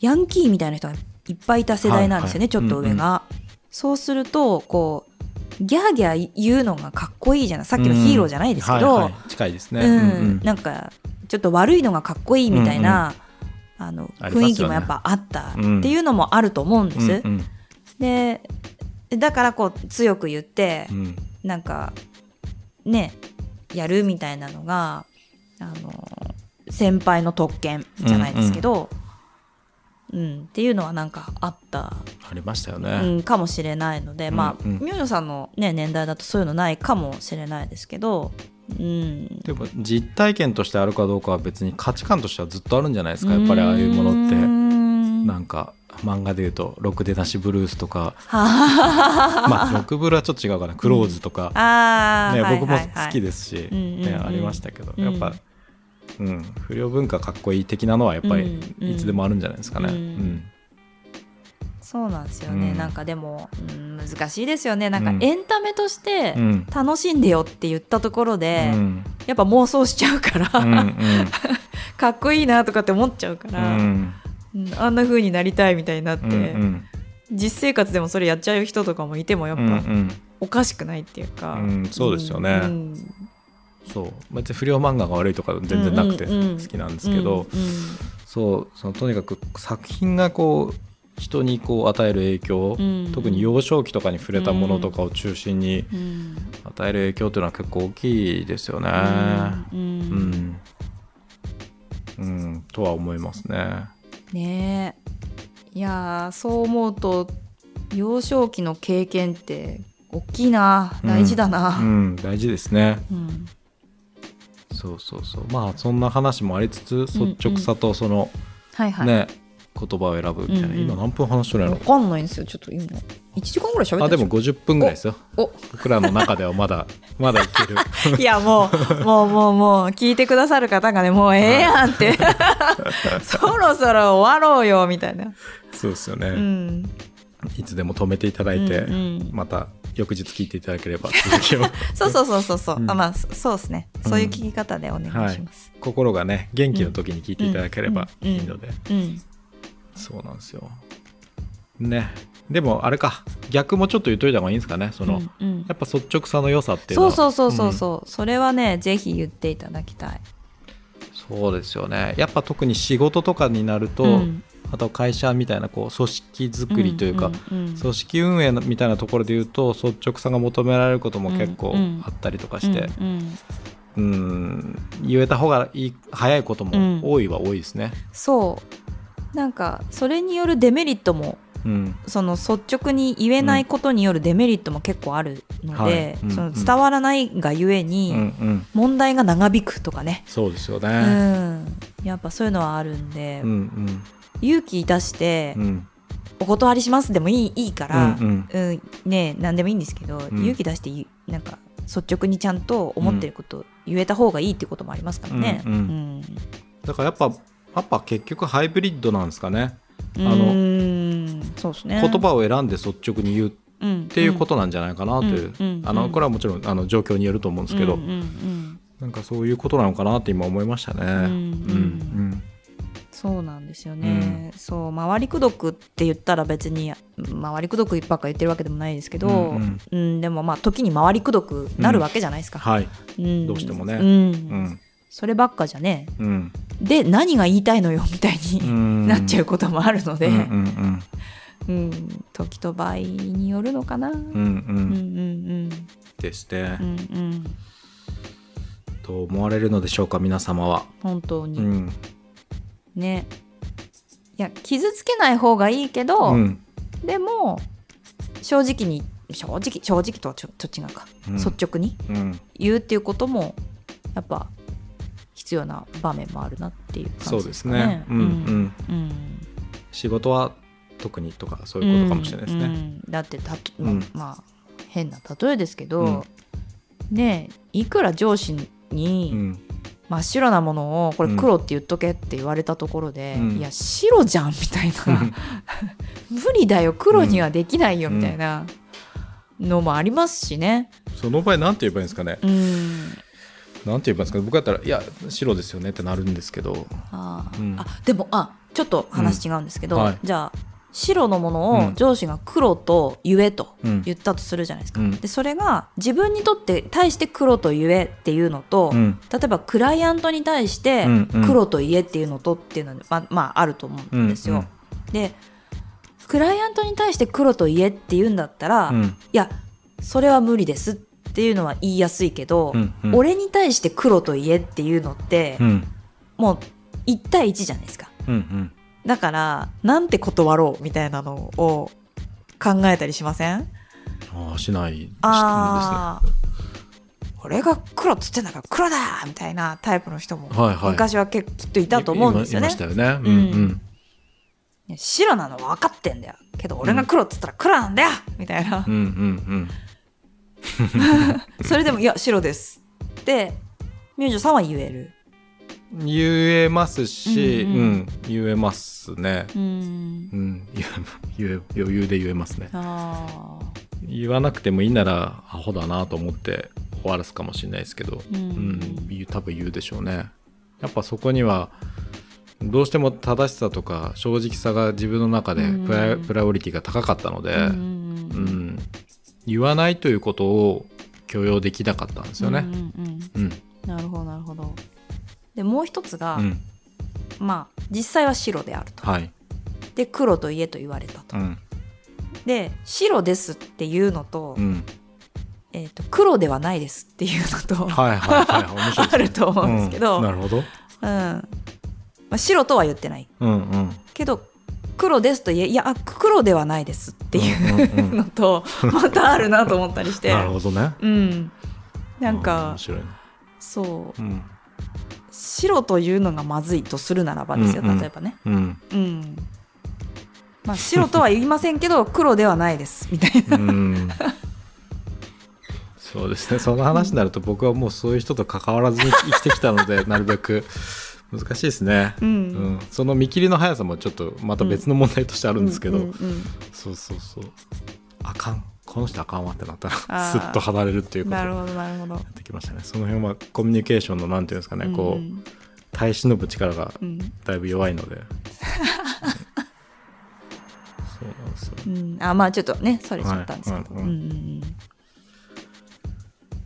ヤンキーみたいな人がいっぱいいた世代なんですよね、
はいはい
ちょっと上が、そうするとこうギャーギャー言うのがかっこいいじゃないさっきのヒーローじゃないですけ
うんは
ど
いはい近いですね、
うんなんかちょっと悪いのがかっこいいみたいな、あの
ありま
雰
すよね
囲気もやっぱあったっていうのもあると思うんです。
うんうん
でだからこう強く言って、
うん
なんかねやるみたいなのがあの先輩の特権じゃないですけど、うんっていうのはなんかあった、
ありましたよ
う
ね、
ん、かもしれないので、まあ
うんうん
明野さんの、ね、年代だとそういうのないかもしれないですけど、うん、
でも実体験としてあるかどうかは別に価値観としてはずっとあるんじゃないですかやっぱりああいうものって
うーん
なんか漫画でいうと「ろくでなしブルース」とか
は
まあ「ろくブル」はちょっと違うかな「クローズ」とか、
あ
ね
ー、
僕も
はいはいは
好
い
きですし、
うんうんうん
ね、ありましたけど、
うん
やっぱ、うん、不良文化かっこいい的なのはやっぱり
うんうん
いつでもあるんじゃないですかね。う
うん
ん
そうなんですよね、
うん
なんかでも、うん、難しいですよねなんか
うん
エンタメとして
うん
楽しんでよって言ったところ
う
で、
ん
やっぱ妄想しちゃうから、
うん
かっこいいなとかって思っちゃうか
う
ら、
ん
うんあんな風になりたいみたいになって、
うんうん
実生活でもそれやっちゃう人とかもいてもやっ
うんう
ぱ
ん
おかしくないっていうか、
うんそうですよね
うん
そう別に不良漫画が悪いとか全然なくて
うんうんうん
好きなんですけど、
うん
そうそのとにかく作品がこう人にこう与える影響、
うん
特に幼少期とかに触れたものとかを中心に
うん
与える影響というのは結構大きいですよね。
うん
う
うん
ん、うん、とは思いますね。
ねえいやーそう思うと幼少期の経験って大きいな
うん
大事だ
う
な、
ん、大事ですね。
うん
そうそうそう。まあそんな話もありつつ
うん
率直さとその、
はいはい、
ね言葉を選ぶみたいな、
うんうん
今何分話しとるんや
わ
ろ
かんないんですよちょっと今1時間ぐらい喋
あ
って
で
る
も50分ぐらいですよ。
お
僕らの中ではま だまだいける。
いやもうもうもうもう聞いてくださる方がねもうええやんって そろそろ終わろうよみたいな、
そうですよね、
うん、
いつでも止めていただいて、
うんうん
また翌日聞いていただければ 続きを
そうそうそうそうそう、
うん
あまあそそうですねそういう聞き方でお願いします、
心がね元気の時に聞いていただければ
うん
いいので、
うん
そうなんですよ。ねでもあれか逆もちょっと言っといた方がいいんですかねそ
う
の、
んうん
やっぱ率直さの良さっていうの
そ
は
うそうそうそうそう、それはねぜひ言っていただきたい
そうですよねやっぱ特に仕事とかになると、
うん
あと会社みたいなこう組織づくりというか、
うんうんうん
組織運営のみたいなところで言うと率直さが求められることも結構あったりとかして、
うんうん
うん言えた方がいい早いことも多いは多いですね。
そうなんかそれによるデメリットも
うん
その率直に言えないことによるデメリットも結構あるので、
はいうん
その
うん
伝わらないがゆえ
うん
に、
うん
問題が長引くとかね、
そうですよ
う
ね。
ん、やっぱそういうのはあるんで、
うんうん
勇気出して、
うん
お断りしますでもいいいいから、
う
うんん
うん
ね何でもいいんですけど、
ん
勇気出していなんか率直にちゃんと思ってることを言えた方がいいってこともありますからね。
うんうんだからやっぱやっぱ結局ハイブリッドなんですかね。
うん
あの
うんそうですね
言葉を選んで率直に言うっていうこととなんじゃないかなという、
うんうん
あのこれはもちろんあの状況によると思うんですけど、
うんうんうん
なんかそういうことなのかなって今思いましたね。
ん
うん
そうなんですよね、そう回りくどくって言ったら別に回りくどくばっか言ってるわけでもないですけど、
う
うんん
うん
でもまあ時に回りくどくなるわけじゃないですか、
はい、
うん
どうしてもね
うん
うん
そればっかじゃね
うん
で何が言いたいのよみたいに、
うん
なっちゃうこともあるので、
う
うん
うんん
時と場合によるのかな。
うんうんう
うん
ん
うん
ですね
うんう。んうん
と思われるのでしょうか皆様は。
本当に、
うん
ねいや傷つけない方がいいけど、
うん
でも正直に正直正直とはちょちょっと違うか、
うん
率直に
うん
言うっていうこともやっぱ必要な場面もあるなっていう
そ
感
う
じ
で
です
す
か
ね
ね。。
うんうん
うん
仕事は特にとかそういうことかもしれないです
うんう
ね。
んだってたと、
うん
まあ変な例えですけど、
うん
ねえいくら上司
う
に
ん
真っ白なものをこ
う
れ
ん
黒って言っとけって言われたところで、
うん
いや白じゃんみたい な無理だよ黒にはできないよ
うん
みたいなのもありますしね。
その場合なんて言えばいいんですかね。
うん
なんて言えばいいんですかね。僕だったらいや白ですよねってなるんですけど。
あー
うん
あでもあちょっと話違うんですけど、
うんはい
じゃあ白のもの
う
を
ん
上司が黒と言えと
うん
言ったとするじゃないですか、
うん
でそれが自分にとって対して黒と言えっていうのと、
うん
例えばクライアントに対して
うんうん
黒と言えっていうのとっていうのままああると思うんですよ。でクライアントに対して黒と言えって言うんだったら、
う
い
ん
やそれは無理ですっていうのは言いやすいけど、
うんうん
俺に対して黒と言えっていうのって、
うん
もう1対1じゃないですか。
うんうん
だからなんて断ろうみたいなのを考えたりしません
ああしないですね。
ああ俺が黒っつってんだから黒だみたいなタイプの人も
はいはい。
昔は結構きっといたと思うんですよね
いいまいまし。たよね。うんうん。
いや白なのは分かってんだよけど俺が黒っつったら黒なんだよみたいな
うんう、ん
それでも「いや白です」ってミュージョさんは言える。
うん。言えますし、う
うんんうん
言えますね。
うん
うん 言え言え余裕で言えますね。
あ
言わなくてもいいならアホだなと思って終わらすかもしれないですけど、
うん
うん言う多分言うでしょうね。やっぱそこにはどうしても正しさとか正直さが自分の中でプラ,、
うん
プライオリティが高かったので、
あ
うん、言わないということを許容できなかったんですよね。うん
なるほどなるほど。でもう一つが、
うん
まあ実際は白であると。
はい
で黒と言えと言われたと。
うん
で白ですっていうのと,、
うん
えー、と黒ではないですっていうのと、
はいはいはい面白い
あると思うんですけど、
う
うんん
なるほど。
まあ、白とは言ってない
うんうん。っ
けど黒ですと言えいやあ黒ではないですっていう
う
うのと、 またあるなと思ったりして
なるほどね。
うん、なん
う面
か
白いね。
そう
うん
白というのがまずいとするならばですよ
うんうん
例えばね。
うん
うんまあ、白とは言いませんけど 黒ではないですみたいな。
うん。 そうですね。その話になると僕はもうそういう人と関わらずに生きてきた のでなるべく難しいですね。
う
うんん、その見切りの速さもちょっとまた別の問題としてあるんですけど、
うんうん
そうそうそうあかんこの人あかんわってなったら
あー
すっと離れるっていう
うん
こと
な
や
るほどなるほど。
ってきましたねその辺はコミュニケーションのなんていうんですかね、こう耐え忍ぶ力が
うんうん
だいぶ弱いのでそうなんですよ
うん、あまあちょっとねそれちゃったんですけど、
はい
うん
うんうん
うんうん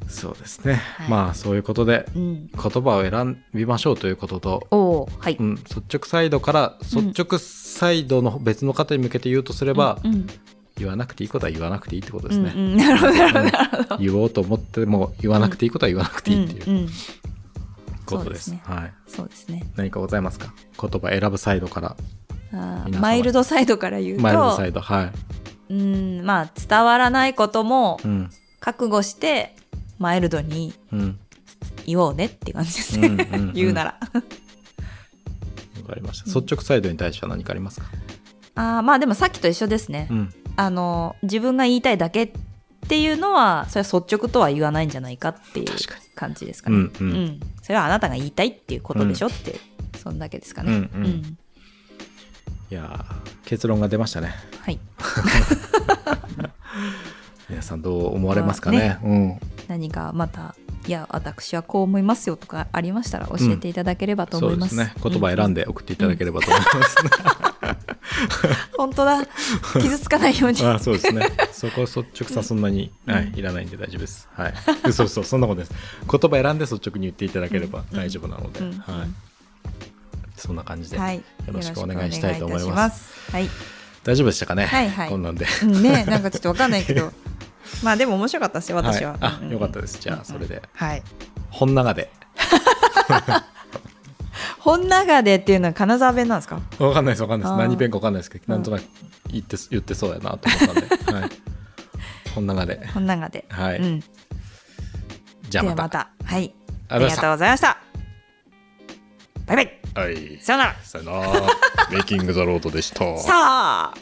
そうですね、
はい
まあそういうことで
うん、
言葉を選びましょうということと、
おおはい、
うん、率直サイドから率直サイドの別の方に向けて言うとすれば、
うんうん
言わなくていいことは言わなくていいってことですね、
うんうんなるほどなるほどなるほど、
言おうと思っても言わなくていいことは言わなくていいっていう
うんうん
ことです,、
そうです
はい、
そうですね
何かございますか言葉選ぶサイドから
あ
皆
ー
様
マイルドサイドから言うと
マイルドサイドはい、
うんまあ伝わらないことも
うん
覚悟してマイルドに
うん、
言おうねっていう感じですね、
うんうんう ん
言うなら
わかりました
うん
率直サイドに対しては何かありますか、
あーまあでもさっきと一緒ですね、
うん
あの自分が言いたいだけっていうのはそれは率直とは言わないんじゃないかっていう
確か
感じですか
う
ね、
んう
うん
ん
それはあなたが言いたいっていうことでしょって、そんだけですかね、
うんうんいやー結論が出ましたね
はい
皆さんどう思われますかね,、
何かまたいや私はこう思いますよとかありましたら教えていただければ
う
と
ん
思い
そ
う
で
ますす,、
ね言葉選ん
で、
で送っていただければと思います、
本当だ傷つかないように
あそうですね。そこ率直さそんなに、
うん
はい、いらないんで大丈夫です。はい。 そうそうそんなことです。言葉選んで率直に言っていただければ
うん
大丈夫なので、
うん
はい。そんな感じ で、
はいよ
ろしくお願いしたいと思います
ろしくお願いいたしますはい
大丈夫でしたかね。
はいはい
こんなんで。
うんねなんかちょっとわかんないけ どまあでも面白かったし私は、
いあ
うんうん
よかったですじゃあそれで
はい
本長で。
本長でっていうのは金沢弁なんですか
わかんないですわかんない
あ
です。
ー
何弁かわかんないですけど、なんとなく言って言ってそうやなと思ったん で、はい。本長で。
本長で
はい
うん、
じゃあ
で
ま
は
た。
またはい
あ
あ
り
りが
がと
と
う
うございましたバイバイ
はい。
さよなら
さよなら。メイキングザロードでした。
さあ